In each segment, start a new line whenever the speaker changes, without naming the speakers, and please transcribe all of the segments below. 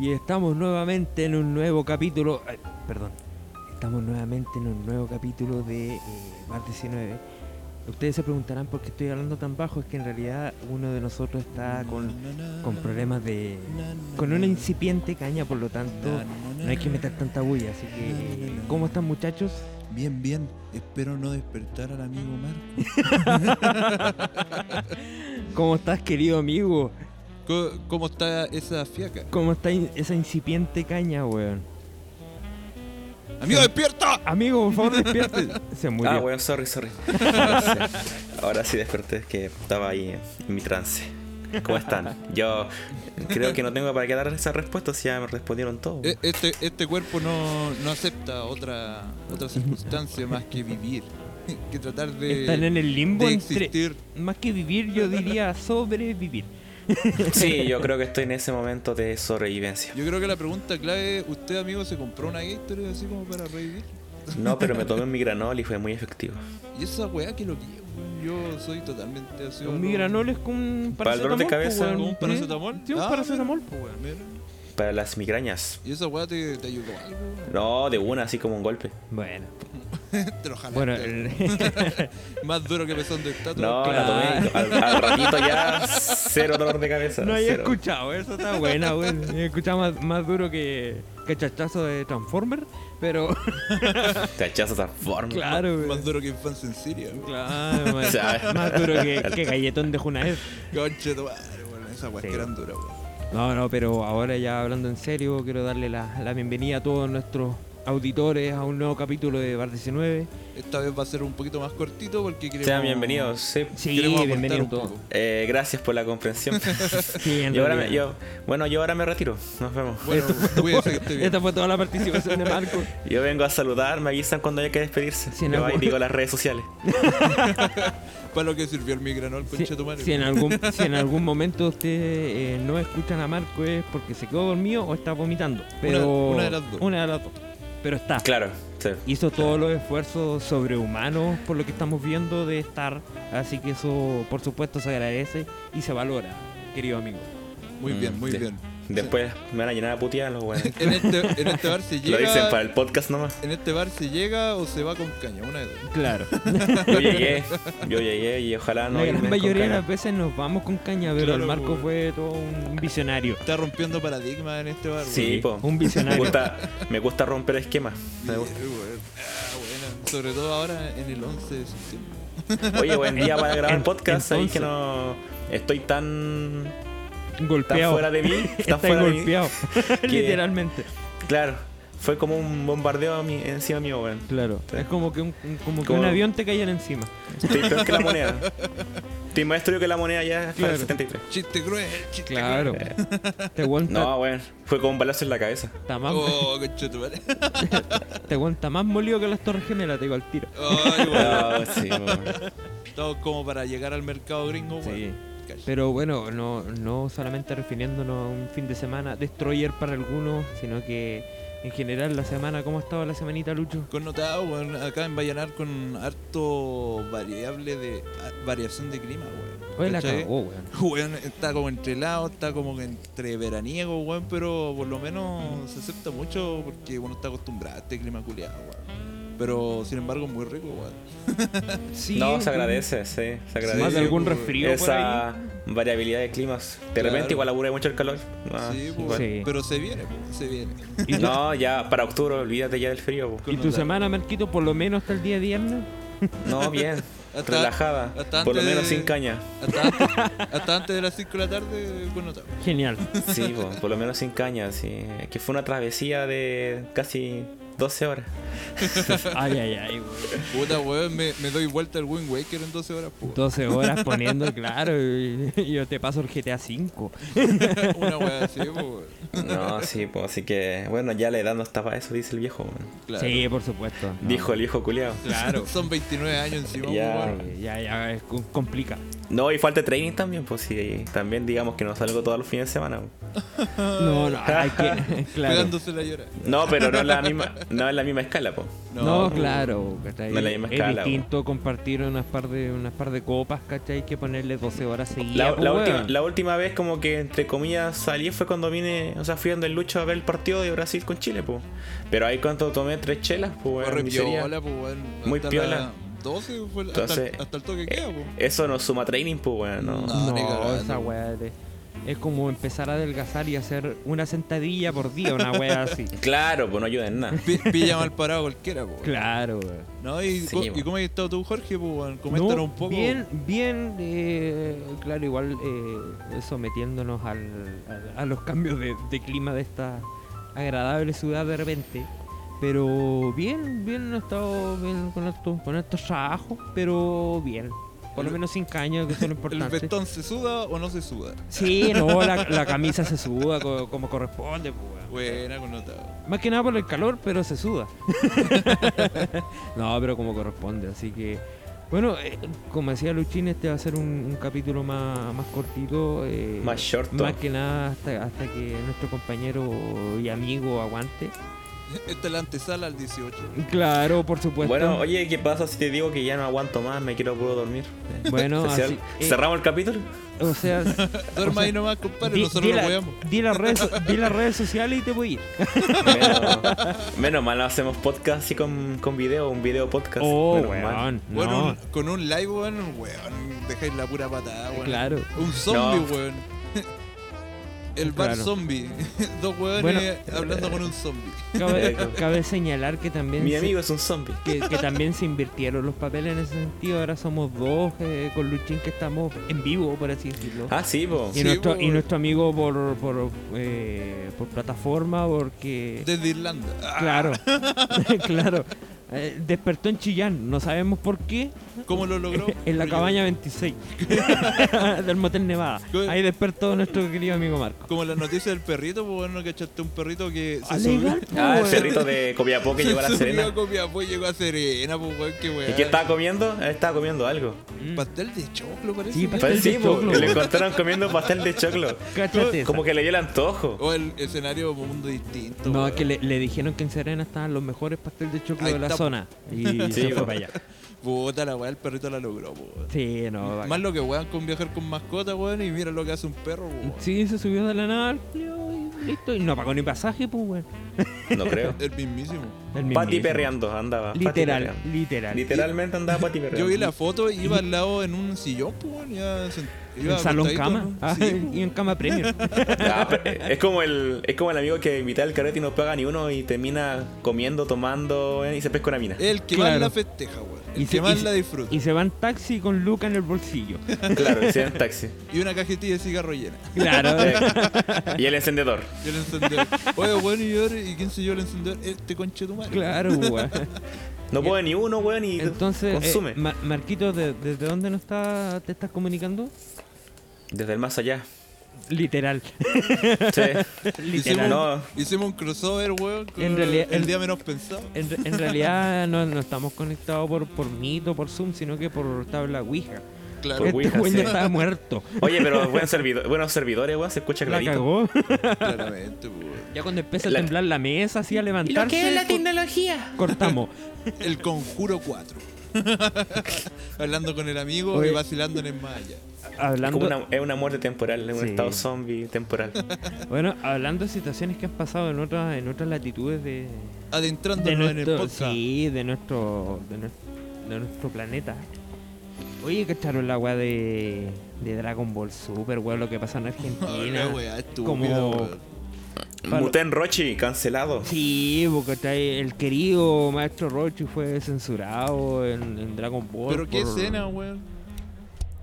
Y estamos nuevamente en un nuevo capítulo. ay, perdón. Estamos nuevamente en un nuevo capítulo de eh, Bar 19. Ustedes se preguntarán por qué estoy hablando tan bajo. Es que en realidad uno de nosotros está con, con problemas de. con una incipiente caña, por lo tanto, no hay que meter tanta bulla. Así que, eh, ¿cómo están, muchachos?
Bien, bien. Espero no despertar al amigo Marco.
¿Cómo estás, querido amigo?
¿Cómo, está esa fiaca?
¿Cómo está in- esa incipiente caña, weón?
¡Amigo, despierta!
Amigo, por favor, despierte. Se murió.
Ah, weón, sorry, sorry. Ahora sí, Ahora sí desperté, es que estaba ahí eh, en mi trance. ¿Cómo están? Yo creo que no tengo para qué dar esa respuesta si ya me respondieron todos.
Eh,
E- Este, este cuerpo no, no acepta otra, otra circunstancia más que vivir. Que tratar de,
Están en el limbo
de
entre.
existir.
Más que vivir, yo diría sobrevivir.
Sí, yo creo que estoy en ese momento de sobrevivencia.
Yo creo que la pregunta clave es, ¿usted, amigo, se compró una Gatorade así como para revivir?
No, pero me tomé mi granol y fue muy efectivo.
Y esa weá que lo que es, weón. Yo soy totalmente así.
Los migranoles con
Para el dolor de
paracetamol.
cabeza,
po, weón.
¿con un
Sí, Sí,
paracetamol?
un
Ah,
paracetamol, po, weón.
Para las migrañas.
Y esa weá te, te ayudó algo. weón.
No, de una, así como un golpe.
Bueno,
Te lo jalaste.
bueno, el-
Más duro que pesando el tato.
No, la tomé. y Al, al ratito ya, cero dolor de cabeza.
no había
cero.
escuchado, eso está buena, weón. He escuchado más, más duro que, que chachazo de Transformer, pero
Cachazo transforma.
claro, weón.
Más duro que infancia en Siria. weón.
Claro,
O sea.
más, más duro que, que galletón de Junaed.
Conche tu madre, weón. Esa weá
Sí.
que eran duras, weón.
No, no, pero ahora ya hablando en serio, quiero darle la, la bienvenida a todos nuestros auditores a un nuevo capítulo de Bar 19.
Esta vez va a ser un poquito más cortito porque queremos.
Sean bienvenidos. Sí.
Sí,
queremos aportar
bienvenido
un
todos.
poco.
Eh, gracias por la comprensión.
Sí, en
Yo ahora me-
realidad.
yo- bueno, yo ahora me retiro. Nos vemos.
Bueno, cuídense que esté bien.
Esta fue toda la participación de Marco.
Yo vengo a saludar, me avisan cuando haya que despedirse.
Sí, no,
yo ahí
bueno.
digo las redes sociales.
Para lo que sirvió el migranol,
Si,
conche tu madre.
si en algún, si en algún momento ustedes eh, no escuchan a Marco es porque se quedó dormido o está vomitando. Pero
una de las dos.
una de las dos. Pero está.
Claro, sí.
Hizo todos los esfuerzos sobrehumanos por lo que estamos viendo de estar. Así que eso, por supuesto, se agradece y se valora, querido amigo.
Muy bien, muy
Mm, de-
bien.
Después me van a llenar a putear los weones.
En este, en este bar se
Lo dicen
llega.
para el podcast nomás.
En este bar se llega o se va con caña, una de dos.
Claro.
Yo llegué, yo llegué y ojalá no.
la
irme
gran
con
mayoría de
cara.
las veces nos vamos con caña, pero
Claro,
el Marco
pues.
fue todo un visionario.
Está rompiendo paradigmas en este bar,
Sí, po.
Un
Me
visionario.
gusta, me gusta romper esquemas. Me
weón.
gusta.
Bien, weón. Ah, bueno. Sobre todo ahora en el 11 de septiembre.
Oye, buen día para grabar
En-
podcast. Sabéis
entonces-
que no. Estoy tan. tan
golpeado.
fuera de mí. Tan
Está
fuera de mí.
golpeado. Literalmente.
Claro, fue como un bombardeo a mí- encima mío, weón.
Claro.
Sí.
Es como que un, un- como que
Como-
un avión te cayera encima.
Estoy peor que la moneda. Estoy más destruido que la moneda ya hasta
Claro.
el 73.
Chiste cruel, chiste
Claro.
Eh,
Te aguanta
No, weón. Fue con un balazo en la cabeza.
está más,
cruel. Oh, conche tu madre.
te aguanta más molido que las torres gemelas, te digo al tiro.
Ay, weón.
Ah, sí, weón.
Estamos como para llegar al mercado gringo,
Oh,
weón.
Sí.
Cacha.
Pero bueno, no, no solamente refiriéndonos a un fin de semana destroyer para algunos, sino que en general la semana, ¿cómo ha estado la semanita, Lucho?
Connotado, weón, acá en Vallenar con harto variable de a- variación de clima, weón.
Hoy la
¿Cachai?
cagó, weón.
Weón, está como entre helado, está como que entre veraniego, weón, pero por lo menos se acepta mucho porque uno está acostumbrado a este clima culiado, weón. Pero sin embargo es muy rico, weón.
Sí,
No,
weón.
se agradece, sí, se agradece.
Más de algún
weón.
resfrío por
Esa variabilidad de climas. De
Claro.
repente igual aburre mucho el calor. Ah,
sí, pues.
igual.
weón.
Sí.
Pero se viene, weón, se viene.
¿Y tu,
No, ya para octubre, olvídate ya del frío. pues. po.
y tu semana, Marquito, por lo menos hasta el día viernes?
No, bien.
Hasta-
relajada.
hasta
Por lo
antes
menos
de-
sin caña.
Hasta antes, hasta antes de las 5 de la tarde, connotado.
Genial.
Sí, po, por lo menos sin caña. Sí. Es Que fue una travesía de casi 12 horas.
Ay, ay, ay, weón.
Puta, weón, me, me doy vuelta al Wind Waker en 12 horas, po, weón.
12 horas poniendo, claro, y y yo te paso el GTA V.
Una weá así, pues, po, weón.
No, sí, pues así que bueno, ya la edad no estaba eso, dice el viejo. weón.
Claro.
Sí, por supuesto. no.
Dijo el viejo culiao.
Claro.
Son 29 años encima, pues, po,
Ya.
weón.
Eh, Ya, ya, es com- complica.
No, y falta training también, pues sí, también digamos que no salgo todos los fines de semana.
Ah.
No, no, hay que. Claro.
pegándose la llora.
No, pero no es la misma, No es la misma escala, po.
No, claro, ¿cachai?
No es la misma escala,
distinto compartir unas par de unas par de copas, ¿cachai? Que ponerle 12 horas seguidas.
La,
pues,
la
weón.
última, la última vez como que entre comillas salí fue cuando vine, o sea, fui donde el Lucho a ver el partido de Brasil con Chile, pues. Pero ahí cuando tomé tres chelas, pues,
Corre
weón, miseria.
piola, pues, weón.
Muy
Hasta
piola.
la 12 fue el-
Entonces, eh,
hasta, hasta el toque que queda, pues.
Eso no suma training, pues, weón, no.
No,
No,
ni cagando.
esa weá de- es como empezar a adelgazar y hacer una sentadilla por día, una weá así.
Claro, pues no ayuda en nada.
Pi- Pilla mal parado cualquiera, pues. weón.
Claro, weón.
¿No? ¿Y,
Sí,
co-
weón.
¿Y cómo has estado tú, Jorge? Pues, weón? Coméntanos
No,
un poco.
Bien, bien, eh, claro, igual eh, sometiéndonos al- al- a los cambios de, de clima de esta agradable ciudad de repente. Pero bien, bien, he estado bien con estos, con estos trabajos, pero bien. Por lo menos sin cañas, que son
¿El
importantes.
vestón se suda o no se suda?
Sí, no, la, la camisa se suda co- como corresponde, pues, weón.
Buena connotada.
Más que nada por el calor, pero se suda. no, pero como corresponde, así que... Bueno, eh, como decía Luchín, este va a ser un, un capítulo más, más cortito. eh,
Más short.
Más que nada hasta, hasta que nuestro compañero y amigo aguante.
Esta es la antesala al 18.
Claro, por supuesto.
Bueno, oye, ¿qué pasa si te digo que ya no aguanto más? Me quiero puro dormir.
Bueno,
Especial.
así- eh,
¿Cerramos el capítulo?
o sea... o
Duerma
sea,
ahí nomás, compadre.
di-
nosotros
di
lo
la-
apoyamos.
di las redes, so- di las redes sociales y te voy a ir.
Menos, menos mal no hacemos podcast así con, con video, un video podcast.
Oh,
Menos mal.
weón.
Bueno,
no.
un- con un live, weón, weón, dejáis la pura patada, weón.
Claro.
Un zombie,
No.
weón. El bar
Claro.
zombie. Dos weones
Bueno.
hablando con un zombie.
Cabe, cabe señalar que también...
Mi
se-
amigo es un zombie.
que, que también se invirtieron los papeles en ese sentido. Ahora somos dos eh, con Luchín que estamos en vivo, por así decirlo.
Ah, sí, po.
y,
sí,
nuestro, y
por-
nuestro amigo por, por, eh, por plataforma, porque...
Desde Irlanda. Ah,
Claro,
Ah.
claro. Eh, despertó en Chillán, no sabemos por qué,
¿Cómo lo logró?
en la
Porque-
cabaña 26 del Motel Nevada.
Con-
Ahí despertó nuestro querido amigo Marco.
Como la noticia del perrito, pues bueno, que echaste un perrito que se
Ah,
subió.
legal, po,
Ah, el
weón.
perrito de Copiapó que
se
llegó a la
subió
Serena.
a Copiapó y llegó a Serena, pues weón, qué weón.
¿Y qué estaba comiendo? Eh, Estaba comiendo algo.
Mm.
Pastel de choclo, parece.
Sí,
weón.
Pastel
Pues sí,
de
po,
choclo.
le encontraron comiendo pastel de choclo.
Cáchate esa.
Como que le dio el antojo.
O el escenario mundo distinto.
No, es
weón.
que le, le dijeron que en Serena estaban los mejores pasteles de choclo
Ahí
de la
está.
zona. Y
Sí,
se
po.
fue para allá.
Puta la weá, el perrito la logró, pues weón.
Sí, no. bacán.
Más lo que weón con viajar con mascota, weón, y mira lo que hace un perro, pues, weón.
Sí, se subió de la nada al Clio y listo. Y no pagó ni pasaje, pues, weón.
No creo.
El mismísimo.
El
Pati
mismísimo.
perreando, andaba. Pati
Literal,
perreando.
literal.
Literalmente andaba Pati perreando.
Yo vi la foto y iba al lado en un sillón, pues, weón, ya sent- iba
En salón
acostadito,
cama.
¿no?
Ah,
Sí, pues,
y en cama premium.
Ah, pero, eh, es como el es como el amigo que invita al carrete y no paga ni uno y termina comiendo, tomando eh, y se pesca una mina.
El que
Claro.
más la festeja, weón. El
Y
que
se-
más
y
la
se-
disfruta.
Y
Y,
se va en taxi con Luca en el bolsillo.
Claro, y se va en taxi.
una cajetilla de cigarro llena.
Claro.
Eh, y el encendedor.
Y el encendedor. Oye, weón, y ahora, ¿y quién se llevó el encendedor? Este conche tu madre.
Claro, weón.
No puede ni uno, weón, y
Entonces, eh,
consume.
Ma- Marquito, ¿de- ¿desde dónde nos está, te estás comunicando?
Desde el más allá.
Literal.
Sí.
Hicimos,
literal.
un-
No.
hicimos un crossover, weón, con
En realidad-
el
en-
día menos pensado.
En, re- en realidad no, no estamos conectados por, por Meet o por Zoom, sino que por tabla Ouija.
Claro.
Por
Este
Ouija,
weón
sí.
ya estaba muerto.
Oye, pero buen servidor, buenos servidores, weón, se escucha
La
clarito.
cagó.
Claramente, pues, weón.
Ya cuando empieza
La-
a temblar la mesa, así a levantarse. co-
tecnología?
Cortamos.
El conjuro 4. Hablando con el amigo
Oye.
y vacilando en el maya.
Es,
hablando,
como una, es una muerte temporal, es un
Sí.
estado zombie temporal.
Bueno, hablando de situaciones que han pasado en otras, en otras latitudes de, de
Adentrándonos en el
nuestro,
podcast.
sí, de nuestro, de nuestro, de nuestro planeta. Oye, ¿cacharon la weá de, de Dragon Ball Super, weón? Lo que pasó en Argentina.
Una weá estúpida,
Como-
weón.
Palo.
Muten Rochi, cancelado.
Sí, porque está ahí el querido maestro Rochi fue censurado en, en Dragon Ball.
Pero qué
por-
escena, weón.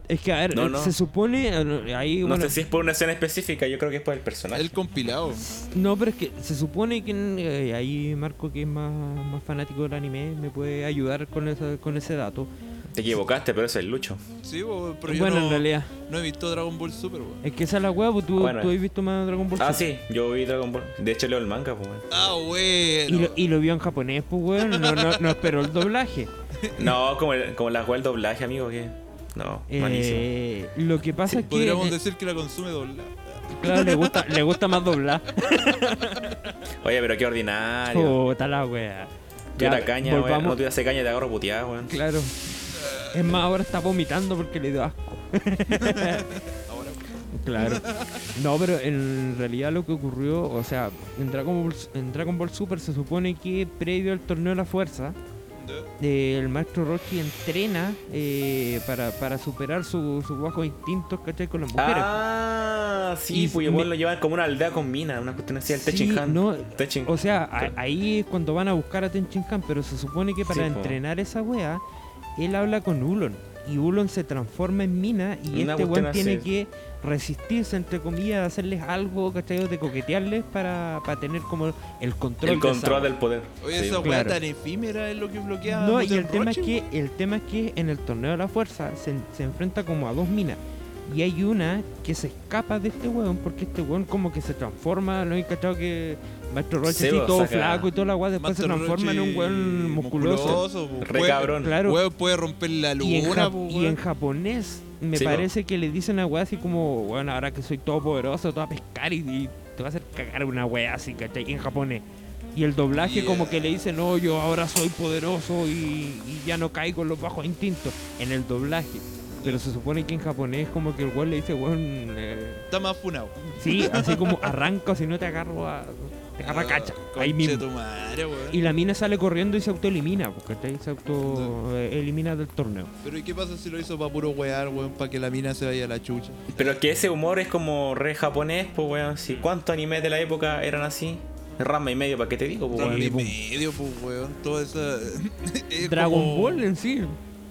Es que, a ver, eh,
No, no.
se supone. ah, no, Ahí,
No
bueno,
sé si es por una escena específica, yo creo que es por el personaje.
El compilado.
No, pero es que se supone que eh, ahí Marco, que es más, más fanático del anime, me puede ayudar con, esa- con ese dato.
Te equivocaste, pero ese es el Lucho.
Sí, weón, pero yo
bueno,
no,
en realidad,
no he visto Dragon Ball Super, weón.
es que esa es la hueá, pues, tú,
Bueno.
tú has visto más Dragon Ball
Ah,
Z.
sí, yo vi Dragon Ball. De hecho, leo el manga, pues. weón.
Ah,
Y
bueno.
lo, y lo vio en japonés, pues, weón. No, no, no esperó el doblaje.
No, como, el- como la jugada del doblaje, amigo, que. No, malísimo.
Eh, lo que pasa es que.
Podríamos
eh,
decir que la consume doblada.
Claro, le gusta, le gusta más doblar.
Oye, pero qué ordinario.
Puta la wea.
Tú
Oh, Ya,
la caña, weón.
volvamos.
No te hace caña, te agarro puteado, weón.
Claro. Es más, ahora está vomitando porque le dio asco. Claro. No, pero en realidad lo que ocurrió, o sea, en Dragon Ball, en Dragon Ball Super se supone que previo al torneo de la fuerza, eh, el maestro Roshi entrena eh, para, para superar su- sus bajos instintos, ¿cachai? Con las mujeres.
Ah, sí,
Y
pues
me-
igual lo llevan como una aldea con mina, una cuestión así, el
Sí,
Techinhan.
no,
Techin-
O sea, a- ahí es cuando van a buscar a Tenchinkan, pero se supone que para
Sí, po.
entrenar esa wea, él habla con Ulon. Y Ulon se transforma en mina y
Una
este
cuestión
weón tiene
así.
que resistirse, entre comillas, de hacerles algo, ¿cachai? De coquetearles para, para tener como el control.
el
de esa
control
wea.
del poder.
Oye,
Sí.
esa weá
claro.
tan efímera es lo que bloquea.
No,
a
y el
Muten
tema, es
Rochi,
que, el tema es que en el torneo de la fuerza se, se enfrenta como a dos minas. Y hay una que se escapa de este weón porque este weón como que se transforma, ¿no? Y cachado que Maestro Roche
Sí,
así
vos,
todo
saca-
flaco y toda la weá después se
Muten
transforma en
Rochi
un weón musculoso.
po.
Re
Puede-
cabrón.
Claro.
Weón puede romper la
Y en,
luna,
jap-
po,
y
weón.
en japonés me
Sí, po.
parece que le dicen a weá así como, bueno, ahora que soy todo poderoso, te voy a pescar y, y te voy a hacer cagar una weá así, ¿cachai? En japonés. Y el doblaje
Yeah.
como que le dice, no, yo ahora soy poderoso y, y ya no caigo en los bajos instintos. En el doblaje. Pero se supone que en japonés como que el weón le dice, weón, eh,
Está más funado.
sí, así como arranca, si no te agarro a... Te agarra cacha.
Ah,
Ahí
conche
mismo.
tu madre, weón.
Y la mina sale corriendo y se autoelimina, po, ¿cachai? Se autoelimina del torneo.
Pero ¿y qué pasa si lo hizo para puro wear, weón? Para que la mina se vaya a la chucha.
Pero es que ese humor es como re japonés, pues weón. Si ¿Cuántos animes de la época eran así? Rama y medio, ¿para qué te digo? Pues,
Rama
weón?
y
boom.
medio, pues, weón. Toda esa. es
Dragon
como
Ball eh. en sí.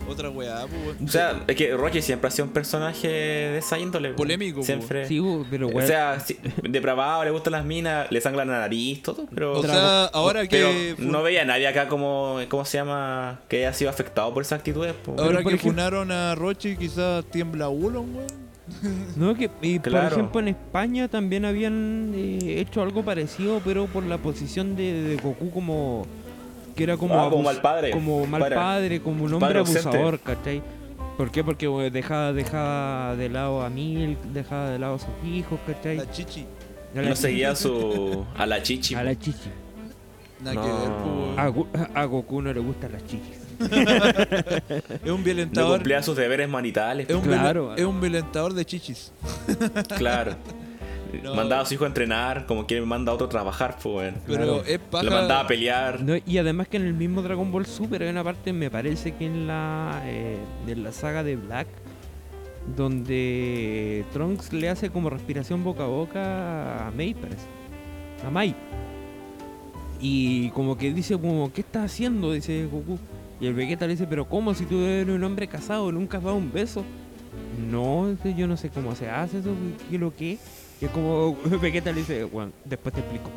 Otra weá, pues, weón.
O sea, es que Rocky siempre ha sido un personaje de esa índole. pues.
Polémico, pues.
Siempre.
Sí, bo, pero
O
weón.
sea, sí, depravado, le gustan las minas, le sangran la nariz, todo, pero...
O sea,
Dragon-
ahora
Pero
que. fun-
no veía a nadie acá como, ¿cómo se llama? Que haya sido afectado por pues, esas actitudes. po.
Ahora
Pero, por
que
ejemplo-
funaron a Rochi, quizás tiembla Ulon, weón.
no, que, y
claro.
por ejemplo en España también habían eh, hecho algo parecido, pero por la posición de, de Goku como que era como,
Ah, como
abus-
mal padre.
como mal
Padre.
padre, como un hombre
Padre ausente.
abusador, ¿cachai? ¿Por qué? Porque eh, dejaba, dejaba de lado a Mil, dejaba de lado a sus hijos, ¿cachai?
La chichi.
A la
no
chi-
seguía su, a la chichi.
A la chichi.
Nada
No.
que ver, pues, weón.
A, Gu- a Goku no le gustan las chichis.
Es un
no
violentador.
cumplía sus deberes maritales.
Es un,
Claro, ah.
violen-
weón.
es un violentador de chichis.
Claro.
No.
Mandaba a su hijo a entrenar, como quien manda a otro a trabajar, pues, weón.
Pero
Claro.
es
Lo mandaba a
paja.
pelear.
No, y además que en el mismo Dragon Ball Super hay una parte, me parece que en la, eh, de la saga de Black, donde Trunks le hace como respiración boca a boca a May, parece. A Mai. Y como que dice, como, ¿qué estás haciendo? Dice Goku. Y el Vegeta le dice, pero ¿cómo si tú eres un hombre casado, nunca has dado un beso? No, dice, yo no sé cómo se hace eso, qué lo que es. Y es como, Vegeta le dice, bueno, después te explico.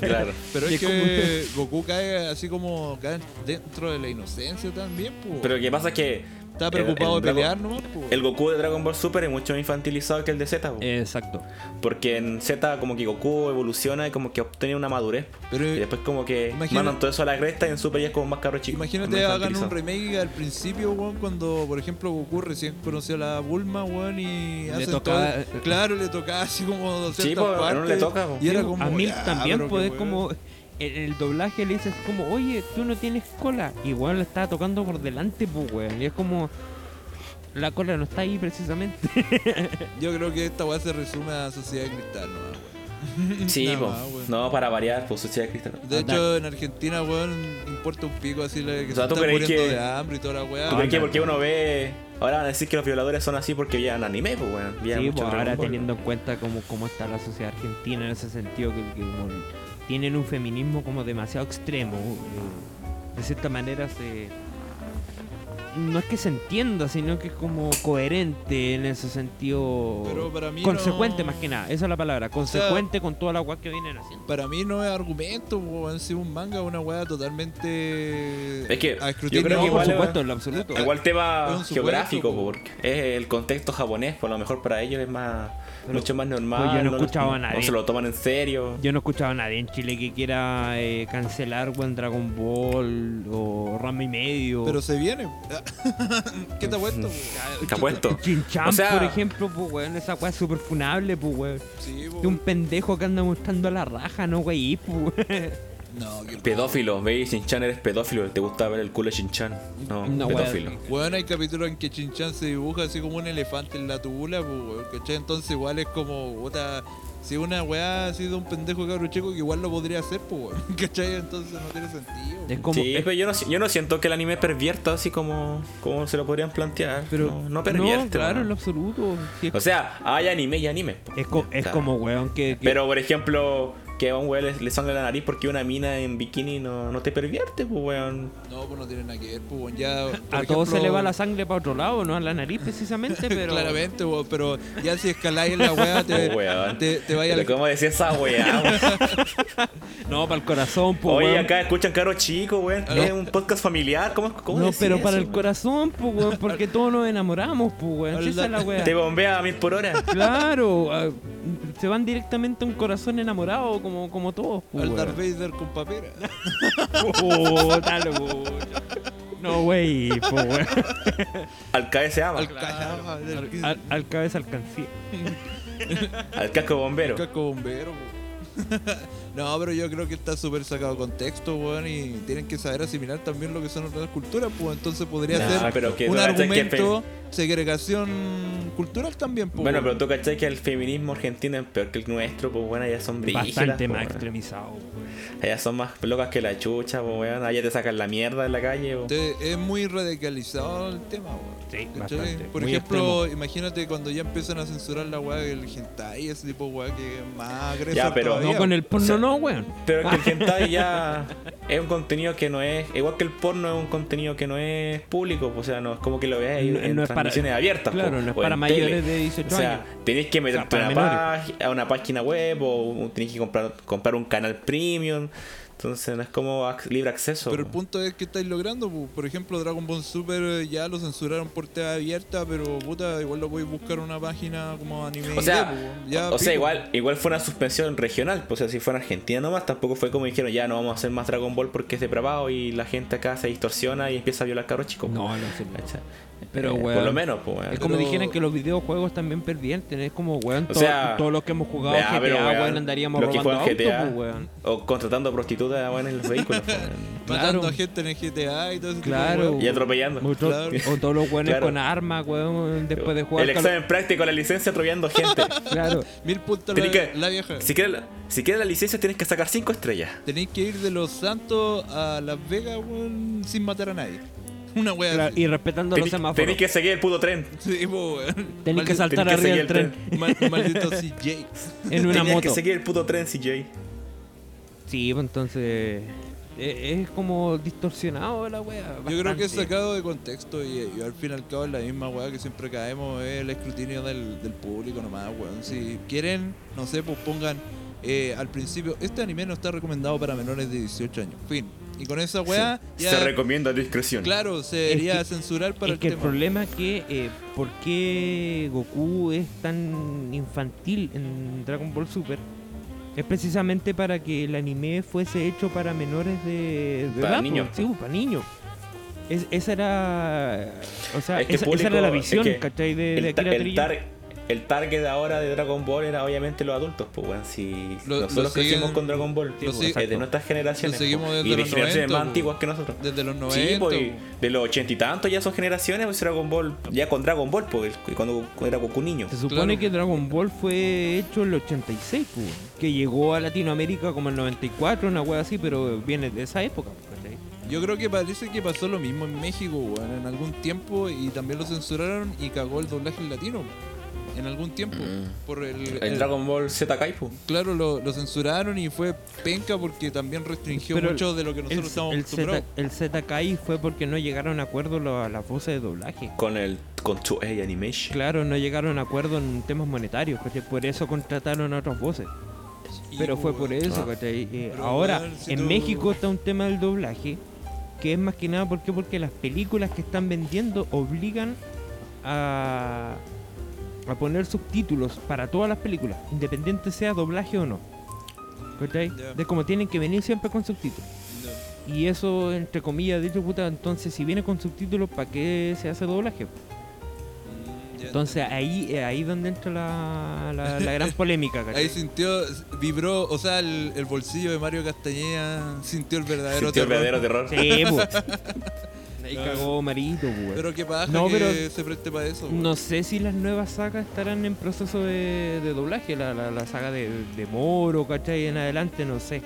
Claro.
Pero
Y
es
es
que Goku cae así como cae dentro de la inocencia también, pues.
Pero lo que pasa es que
Está preocupado
el-
de
el
pelear nomás, pues.
el Goku de Dragon Ball Super es mucho más infantilizado que el de Z, po.
Exacto.
porque en Z como que Goku evoluciona y como que obtiene una madurez. po.
Pero
Y después como que
Eh, Imagina-
mandan todo eso a la cresta y en Super ya es como más caro chico.
imagínate
más
hagan un
infantilizado.
remake al principio, weón, cuando por ejemplo Goku recién conoció a la Bulma, weón, y
Le
hacen
tocaba-
todo- Claro, le tocaba así como ciertas
Sí, pues, a
partes.
uno le toca, po.
Y era
Sí,
como
a Mil
ya,
también
pero
pues,
qué
es
weón.
como en el doblaje le dices como oye tú no tienes cola y weón la estaba tocando por delante pues weón y es como la cola no está ahí precisamente
Yo creo que esta weá se resume a Sociedad de Cristal nomás, weón.
Sí,
Nada
po.
más, weón.
no, para variar, pues sociedad cristal.
De
Anda.
hecho, en Argentina, weón, importa un pico así la que se
O sea, ¿tú
están
crees
muriendo
que-
de hambre y toda la weá. weón.
¿Tú crees que porque uno ve... Ahora van a decir que los violadores son así porque veían anime, pues weón. Veían
sí
mucho
pues,
Dragon
ahora
Ball.
teniendo en cuenta cómo, cómo está la sociedad argentina en ese sentido que, que como tienen un feminismo como demasiado extremo eh, de cierta manera se no es que se entienda sino que es como coherente en ese sentido
Pero para mí
consecuente
no-
más que nada esa es la palabra consecuente con toda la agua que vienen haciendo
Para mí no es argumento, weón. Si un manga es una weá totalmente.
Es que
a
yo
escrutinio
creo que
por
igual es-
supuesto, en lo absoluto.
Igual
Es un
tema
supuesto,
geográfico,
po.
porque es el contexto japonés, por lo mejor para ellos es más
Pero-
mucho más normal.
pues yo no he
lo-
escuchado a nadie.
No se lo toman en serio.
Yo no he escuchado a nadie en Chile que quiera eh, cancelar weón, Dragon Ball o Rama y Medio.
Pero se viene. ¿Qué te ha puesto?
Te apuesto.
Chinchan,
O sea-
por ejemplo, pues weón, esa weá es súper funable, pues weón.
Sí, po.
Que un pendejo que anda mostrando la raja, no wey, pues weón.
No, que
Pedófilo, veis, Shinchan eres pedófilo. ¿Te gusta ver el culo de Shinchan? No,
No,
pedófilo.
weón.
Bueno, hay capítulos en que Chinchan se dibuja así como un elefante en la tubula, pues, weón, ¿cachai? Entonces igual es como, puta, si una weá ha sido un pendejo cabro chico que igual lo podría hacer, pues, weón, ¿cachai? Entonces no tiene sentido.
Es como.
Sí,
es-
pero yo no, si- yo no siento que el anime pervierta así como, como se lo podrían plantear.
pero
no, no pervierte.
No, claro,
weón.
en lo absoluto. Sí, es,
O sea, hay anime y anime. po.
es co- es
Claro.
como weón que. que-
Pero por ejemplo, que a un weón le, le sangra la nariz porque una mina en bikini no, no te pervierte, pues weón.
No, pues no tiene nada que ver, pues, weón, ya... por
a todos se
ejemplo,
le va la sangre para otro lado, no a la nariz precisamente, pero.
Claramente, weón, pero ya si escaláis en la weá, te,
Oh, weón.
te, te vaya
Pero
al...
¿Cómo decía esa weá? weón?
No, para el corazón, pues
Oye,
weón.
acá escuchan caro chico, weón.
Ah,
Es
no.
un podcast familiar. ¿Cómo, cómo
No,
decís
pero para
eso,
el
weón?
corazón, pues weón, porque todos nos enamoramos, pues weón. Sí, Esa es la weá.
Te bombea a mil por hora.
Claro, ah, se van directamente a un corazón enamorado como, como todos. pues,
Al
weón. Ah,
Darth Vader con papera.
Puta, la puta. No, güey, po, güey.
Al KS ama.
Al
Al,
carajo, del-
Al, al cabeza alcancía.
casco bombero.
Casco bombero, po. No, pero yo creo que está súper sacado de contexto, weón, y tienen que saber asimilar también lo que son otras culturas, pues entonces podría
Nah,
ser
pero que
un
tú cachai que
argumento segregación cultural también, pues.
Bueno, pero tú cachai que el feminismo argentino es peor que el nuestro, pues bueno, allá son brígidas.
Bastante
po,
más
weón.
extremizado, güey.
Allá son más locas que la chucha, pues weón. Allá te sacan la mierda en la calle, po.
Es muy radicalizado el tema, weón.
Sí,
¿Cachai?
bastante.
Por
Muy
ejemplo, imagínate cuando ya empiezan a censurar la weá del hentai, ese tipo de weá que es más agresivo.
pero-
No con el porno,
eh, O sea,
no, güey.
Pero es que el hentai ya es un contenido que no es. Igual que el porno es un contenido que no es público, po, o sea, no es como que lo veas en,
No-
en
no es para-
transmisiones abiertas. po,
Claro, no es
o
para
en
mayores
tele.
de 18
O sea,
años.
tenés que meterte
para
a, una pag- a una página web o un- tenés que comprar, comprar un canal premium. Entonces no es como ac- libre acceso.
Pero el
po.
punto es que estáis logrando, pu. por ejemplo, Dragon Ball Super eh, ya lo censuraron por TV abierta, pero puta, igual lo podéis buscar en una página como anime.
O sea,
pues,
ID, pu. Ya,
o sea
pico.
igual, igual fue una suspensión regional. pues, O sea, si fue en Argentina nomás, tampoco fue como dijeron, ya no vamos a hacer más Dragon Ball porque es depravado y la gente acá se distorsiona y empieza a violar carros chicos. po.
No, no sé.
¿Cachai?
Pero,
Eh,
weón,
Por lo menos, pues, weón.
Es como
Pero-
dijeran que los videojuegos también pervierten. Es como, güey, to-
sea,
todos los que hemos jugado
Ya,
GTA,
pero, weón,
güey, andaríamos
los que
robando
juegan
autos,
GTA
pues, güey.
O contratando prostitutas, weón, en los vehículos, pues, weón.
matando
claro.
a gente en el GTA y todo ese tipo de
Claro.
weón.
Y atropellando.
O to-
Claro.
O todos los güeyes
Claro.
con armas, güey, después de jugar.
El
Call of-
examen práctico, la licencia atropellando gente.
Claro.
Mil puntos la,
Tenés que-
la vieja.
si quieres la, si quieres la licencia, tienes que sacar 5 estrellas.
Tenéis que ir de Los Santos a Las Vegas, weón, sin matar a nadie. Una wea
Claro,
así.
Y respetando los
Tenés,
semáforos.
tenés que seguir el puto tren.
Sí, po, weón.
Tenés que
Maldi-
saltar
tenés que
arriba del
seguir el
tren
mal- maldito CJ.
en una
Tenías
moto.
que seguir el puto tren, CJ.
Sí, pues entonces. eh, Es como distorsionado la wea.
Yo creo que es
bastante.
sacado de contexto y, y al fin y al cabo es la misma weá que siempre caemos, es el escrutinio del, del público nomás, weón. Si quieren, no sé, pues pongan eh, al principio, este anime no está recomendado para menores de 18 años, fin. Y con esa weá,
Se-
ya,
Se recomienda a discreción.
claro,
Es
se debería
que-
censurar para
es que el
el tema.
problema es que eh, por qué Goku es tan infantil en Dragon Ball Super es precisamente para que el anime fuese hecho para menores de, de
Para
edad,
niños.
pues, sí, pues, para niños. Es- esa era o sea,
Es que
esa,
el
esa era la
público- es
visión,
que
¿cachai? De, de
El, ta-
Akira
el
Toriyama.
tar- el target ahora de Dragon Ball era obviamente los adultos, pues weón. Si
Lo-
nosotros
lo siguen-
crecimos con Dragon Ball,
lo
pues,
sig-
es de nuestras generaciones.
lo seguimos
pues,
desde
y de
los
generaciones
90,
más
pues.
antiguas que nosotros.
Desde los 90.
Sí, pues, y
weón.
de los ochenta y tantos ya son generaciones, pues Dragon Ball, ya con Dragon Ball, pues el- cuando era Goku niño.
Se supone
Claro.
que Dragon Ball fue hecho en el 86, pues, que llegó a Latinoamérica como el 94, una wea así, pero viene de esa época. pues, ¿cachai?
Yo creo que parece que pasó lo mismo en México, weón, en algún tiempo y también lo censuraron y cagó el doblaje en latino. En algún tiempo.
Mm.
Por el,
El
el-
Dragon Ball Z Kai, pues.
Claro, lo, lo censuraron y fue penca porque también restringió
Pero el-
mucho de lo que nosotros estamos
el,
acostumbrados.
Z- el ZKI fue porque no llegaron a acuerdo lo- las voces de doblaje.
Con el con 2A Animation.
Claro, no llegaron a acuerdo en temas monetarios, ¿cachai? por eso contrataron a otras voces.
Y,
Pero fue por
weón,
eso,
Ah.
¿cachai? Eh,
Pero,
ahora,
weón, si
en
tú-
México está un tema del doblaje, que es más que nada porque, porque las películas que están vendiendo obligan a, a poner subtítulos para todas las películas, independiente sea doblaje o no. ¿Cachai?
Ya.
De como tienen que venir siempre con subtítulos. Y eso, entre comillas, de hecho, puta, entonces si viene con subtítulos, ¿para qué se hace doblaje?
Mm, ya.
Entonces ahí es ahí donde entra la, la- la gran polémica, ¿cachai?
Ahí sintió, vibró, o sea, el, el bolsillo de Mario Castañeda sintió el verdadero
Sintió el
terror.
verdadero terror.
Sí, po. Ahí cagó Marito, po, weón.
Pero qué paja
No,
que
pero-
se preste para eso.
No sé si las nuevas sagas estarán en proceso de, de doblaje, la, la- la saga de, de Moro, ¿cachai? En adelante, no sé.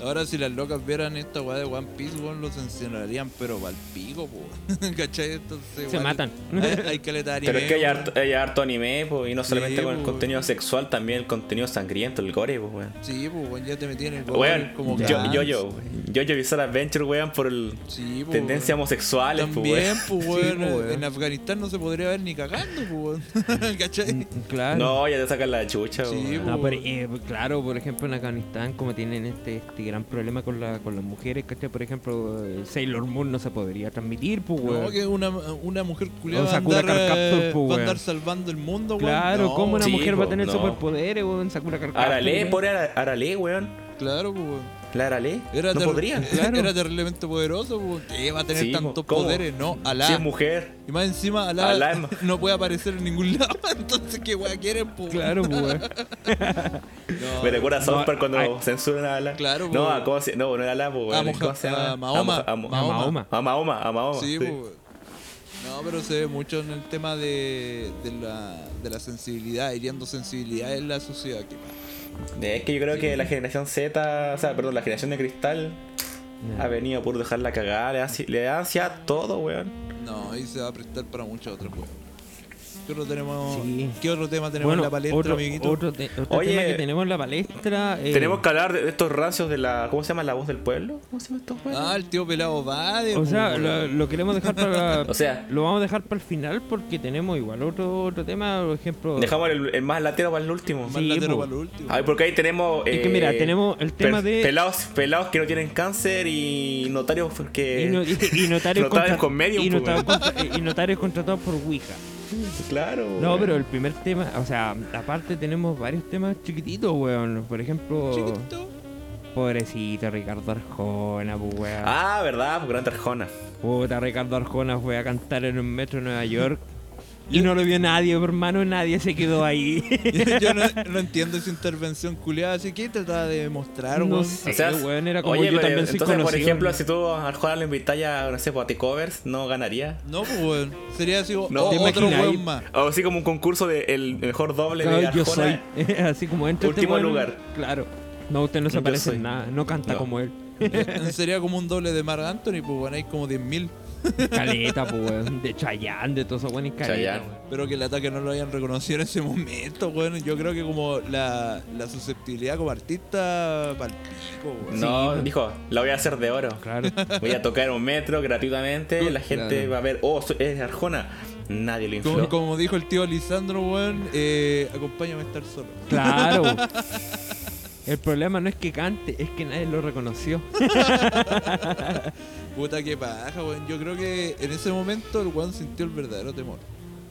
Ahora si las locas vieran esta weá de One Piece, weón, los encenarían, pero pa'l pico, weón. ¿Cachai? Entonces,
Se
igual-
matan.
Hay, hay caleta de anime,
Pero es que hay
weón.
harto, hay harto anime, po, y no
Sí, pues,
solamente con el
po.
contenido sexual, también el contenido sangriento, el gore, pues, weón.
Sí, pues, weón, ya te metí en el
Weón,
como
yo,
Gantz.
yo, yo, yo, yo, Bizarre Adventure, weón, por el
Sí, pues,
tendencia
weón.
homosexual, pues,
También,
weón.
pues,
Sí,
weón,
pues, weón.
en Afganistán no se podría ver ni cagando, pues, weón. ¿Cachai?
Mm, claro.
No, ya te sacan la chucha,
Sí,
weón.
No, pero, eh, claro, por ejemplo, en Afganistán, como tienen este, este gran problema con, la, con las mujeres, ¿cachai? Por ejemplo, eh, Sailor Moon no se podría transmitir, pues, weón.
No, que una, una mujer
O
culiada va, a
Sakura
andar,
Card Captor,
eh,
po,
va a
weón.
andar salvando el mundo, weón.
Claro,
No,
¿cómo una
Sí,
mujer va a
po,
tener
no.
superpoderes, weón? Sakura Card Captor,
Arale,
weón.
pobre Ara- Arale, weón.
Claro, po, weón.
La Arale.
Era eh,
no
ter-
podrían.
era-
claro.
Era terriblemente poderoso, po. ¿Qué va a tener
Sí, po,
tantos
¿cómo?
poderes? No, Alá.
Si es mujer.
y más encima, Alá,
Alá es ma-
no puede aparecer en ningún lado. Entonces, ¿qué weá quieren, po?
Claro, pues, weón.
No,
Me recuerda a
no,
Southpark cuando
ay.
censuran a Ala.
Claro, po,
no,
weón.
a cómo se- no, no era Ala, po,
a,
weón.
Moja-
¿Cómo se llama?
a Mahoma.
A, Mo- a Mo-
Mahoma.
a Mahoma, a Mahoma.
Sí,
sí.
po, weón. No, pero se ve mucho en el tema de, de, la, de la sensibilidad, hiriendo sensibilidad en la sociedad. Qué paja.
Es que yo creo que la generación Z, o sea, perdón, la generación de cristal
Ya.
ha venido por dejar la cagada, le da, ansi- le da ansia a todo, weón.
No, ahí se va a prestar para muchos otros juegos. ¿Qué otro, tenemos,
Sí.
¿Qué otro tema tenemos en la palestra,
otro,
amiguito?
otro te- otro
Oye.
tema que tenemos en la palestra. eh,
Tenemos que hablar de estos rancios de la. ¿Cómo se llama la voz del pueblo? ¿Cómo se llama estos weones?
Ah, el tío pelado va de.
O sea, lo, lo queremos dejar para.
O sea-
lo vamos a dejar para el final porque tenemos igual otro otro tema, por ejemplo.
Dejamos el, el más latero para el último.
Más
sí, pues.
latero
po.
para lo último.
A ver, porque ahí tenemos.
Es que
eh,
mira, tenemos el tema
per-
de-
Pelados, pelados que no tienen cáncer y notarios que.
Y, no- y- y notarios,
notarios
contra-
con medium,
y,
pues,
notarios
weón.
contra- y notarios contratados por Ouija.
Claro.
No,
weón.
pero el primer tema, o sea, aparte tenemos varios temas chiquititos, weón. Por ejemplo,
Chiquitito.
pobrecito Ricardo Arjona, pues, weón.
Ah, verdad, por Gran Tarjona.
Puta, Ricardo Arjona fue a cantar en un metro de Nueva York. Y no lo vio nadie, hermano, nadie se quedó ahí.
Yo no, no entiendo esa intervención culiada, así que trataba de demostrar,
No
weón.
sé. weón, era como
oye,
yo
pero
también soy
entonces, por
conocido,
ejemplo,
weón.
si tú a Arjona le invitas a, no sé, pues, a T-Covers, no ganaría.
No, pues, weón. Sería así,
No.
oh,
¿Te
otro
imaginas?
weón más.
O así como un concurso de el mejor doble de
Claro,
Arjona.
yo soy. Así como entra este
Último
weón,
lugar.
Claro. No, usted no se
Yo
parece
soy.
en nada. No canta
No.
como él.
Sería como un doble de Mark Anthony, pues, weón. Hay como 10.000.
Caleta, pues, weón. De Chayanne, de todos esos buenos
Chayanne.
caleta. weón.
Pero que el ataque no lo hayan reconocido en ese momento, weón. Yo creo que como la, la susceptibilidad como artista, pa'l pico, weón.
No,
Sí.
dijo, la voy a hacer de oro.
Claro.
Voy a tocar un metro gratuitamente. La gente
Claro.
va a ver, oh, soy- es de Arjona. Nadie lo infló.
Como, como dijo el tío Lisandro, weón, eh, acompáñame a estar solo.
Claro. El problema no es que cante, es que nadie lo reconoció.
Puta que paja, weón. Yo creo que en ese momento el weón sintió el verdadero temor.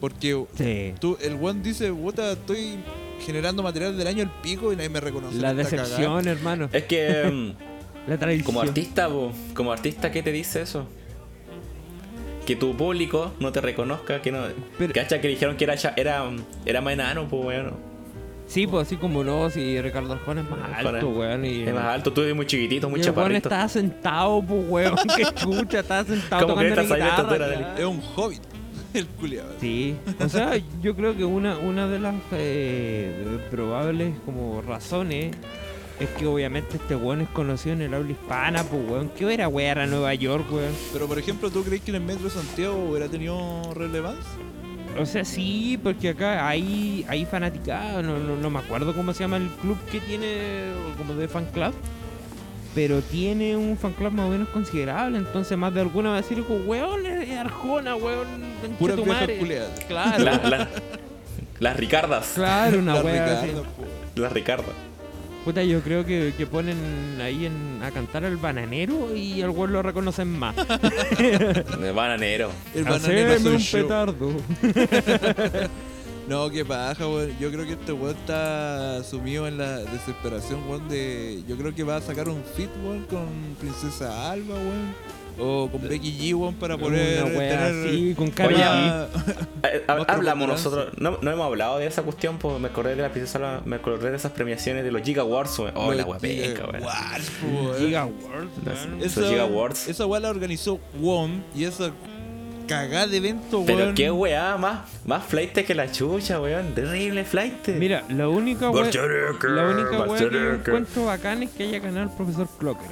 Porque
Sí.
tú, el weón dice, puta, estoy generando material del año el pico y nadie me reconoce.
La
esta cagada".
decepción, hermano.
Es que mm,
La traición.
como artista, po, como artista, ¿qué te dice eso? Que tu público no te reconozca, que no.
Pero-
Cacha que dijeron que era cha- era, era más enano, pues bueno.
Sí, pues así como no, si Ricardo Arjona es más
Arjona
alto, weón. Y,
Es más alto, tú eres muy chiquitito, muy
y el weón
chaparrito.
estaba sentado, pues, weón. Que chucha, estaba sentado
Como que
tocando la
estás ahí de
guitarra.
estatura de él.
claro.
Es un hobbit, el culiado.
Sí, o sea, yo creo que una, una de las eh, de- probables como razones es que obviamente este weón es conocido en el habla hispana, pues weón, ¿qué era weón a Nueva York, weón?
Pero por ejemplo, ¿tú crees que en el Metro de Santiago hubiera tenido relevancia?
O sea, sí, porque acá hay, hay fanaticada, no, no, no me acuerdo cómo se llama el club que tiene, o como de fan club, pero tiene un fan club más o menos considerable, entonces más de alguna va a decir, como, weón, es Arjona, weón,
Pura
tu
vieja
madre".
culiada.
Claro,
La- la- las Ricardas.
claro, una
La
weá así.
Ricardo, po.
Las Ricardas.
Puta, yo creo que, que ponen ahí en, a cantar al bananero y al weón lo reconocen más.
De bananero.
El bananero
Hacerme
soy
un
yo.
petardo.
No, qué paja, weón. Yo creo que este weón está sumido en la desesperación, weón, de... Yo creo que va a sacar un fit, weón, con Princesa Alba, weón. O con Becky G, weón, para poder
Una wea
tener...
así, con
Oye,
cara.
Eh, hab-
Otro patrón,
Hablamos nosotros, no, no hemos hablado de esa cuestión, pues me acordé de la princesa, Alba, me acordé de esas premiaciones de los Giga Awards, weón. Oh, la guapeca, weón.
weón.
Giga World,
Las-
weón.
Los Giga Awards.
Esa weá la organizó WOM y esa cagada de evento,
Pero
weón.
qué weá, más, más flight que la chucha, weón. Terrible flight.
Mira, la única wea,
Barchereker,
la única wea que yo
Barchereker.
encuentro bacán es que haya ganado el profesor Clocker.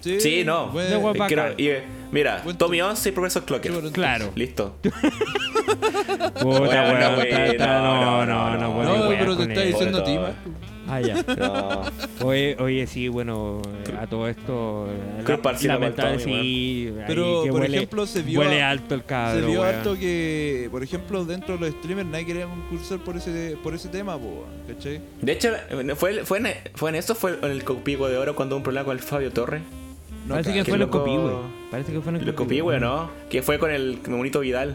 Sí, no.
weón.
No, weón,
Eh, creo-
bacán.
y, eh, mira,
Buen
Tommy 11 y Profesor Clocker.
Sí, bueno,
Claro.
Listo.
Puta,
Bueno,
weón,
güey,
ta- ta-
no,
no,
no,
no,
no.
no,
No,
puede wear
pero te
con
está
él.
diciendo a ti,
Puta.
Marco.
Ah, ya.
No.
Oye, oye, sí, bueno, eh, a todo esto. eh,
Creo que sí la
lamentable,
mató,
sí. ahí
Pero,
que
por
huele-
ejemplo, se vio
Huele
a-
alto el
Ah,
cabro.
Se vio
weón.
harto que, por ejemplo, dentro de los streamers nadie quería concursar por ese, por ese tema, po, weón, ¿cachai?
De hecho, fue, fue, en, fue en esto, fue en el Copigo de Oro cuando hubo un problema con el Fabio Torres.
No,
Parece
cacho.
que
qué
fue los
loco.
copí, güey. Parece que fue los
Lo copié, güey, ¿no? Que fue con el monito Vidal.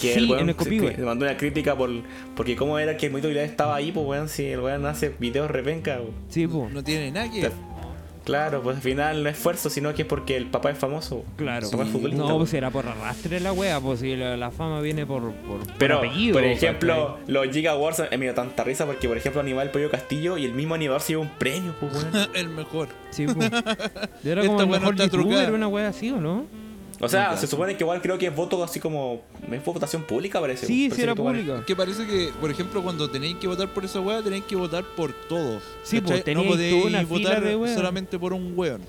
Que
Sí,
el weón
en el
se-
copié, güey.
le mandó una crítica por porque cómo era que el monito Vidal estaba ahí, pues weón, si el weón hace videos repenca. güey.
Sí, po.
No tiene nada que
Te- Claro, pues al final no es esfuerzo, sino que es porque el papá es famoso. güey.
Claro.
El papá es futbolista.
No,
güey.
pues era por arrastre la wea, pues si la, la fama viene por, por, por
Pero,
apellido.
por ejemplo, los Giga Wars eh, me dio tanta risa porque, por ejemplo, Aníbal Pollo Castillo y el mismo Aníbal se llevó un premio, pues weón.
el mejor.
¿cachai? Sí, po. Yo era como el
Esta wea no
mejor
está
youtuber,
trucada.
una wea así, ¿o no?
O sea,
Nunca.
se supone que igual creo que es voto así como. ¿Es votación pública, parece?
Sí,
Parece
sí era
que igual-
pública.
Que parece que, por ejemplo, cuando tenéis que votar por esa weá, tenéis que votar por todos.
Sí, po,
¿cachai?
teníais
No podéis
toda una fila
votar
de weón.
solamente por un weón.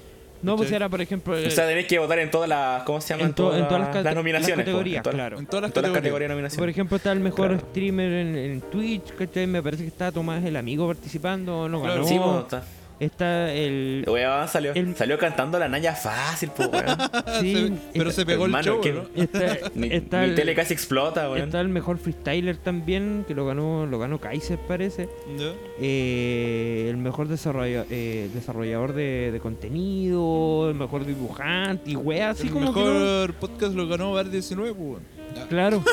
No, pues
¿cachai?
era, por ejemplo, eh,
O sea, tenés que votar en todas las. ¿Cómo se llama?
en, to- en todas las, cate- las
nominaciones. po,
categorías,
en todas-
claro.
En todas las
en todas las
categorías.
categorías de
Por
nominaciones.
ejemplo, está el mejor
Claro.
streamer en, en Twitch, ¿cachai? Me parece que está Tomás el amigo participando, no ganó.
Claro,
Ah, Sí, po, está.
está el...
Weón, salió,
El-
salió cantando la Naya fácil, po, weón.
sí,
Ah, Se- pero se pegó el
Hermano,
show,
que-
¿no?
está,
Ah, Mi,
está
mi
el-
tele casi explota, weón.
Está el mejor freestyler también, que lo ganó, lo ganó Kaiser parece.
¿No?
Eh, el mejor desarrolla- eh, desarrollador de, de contenido, el mejor dibujante y wea, así
el
como que no-
mejor podcast lo ganó Bar 19, po, weón. Ah.
Claro.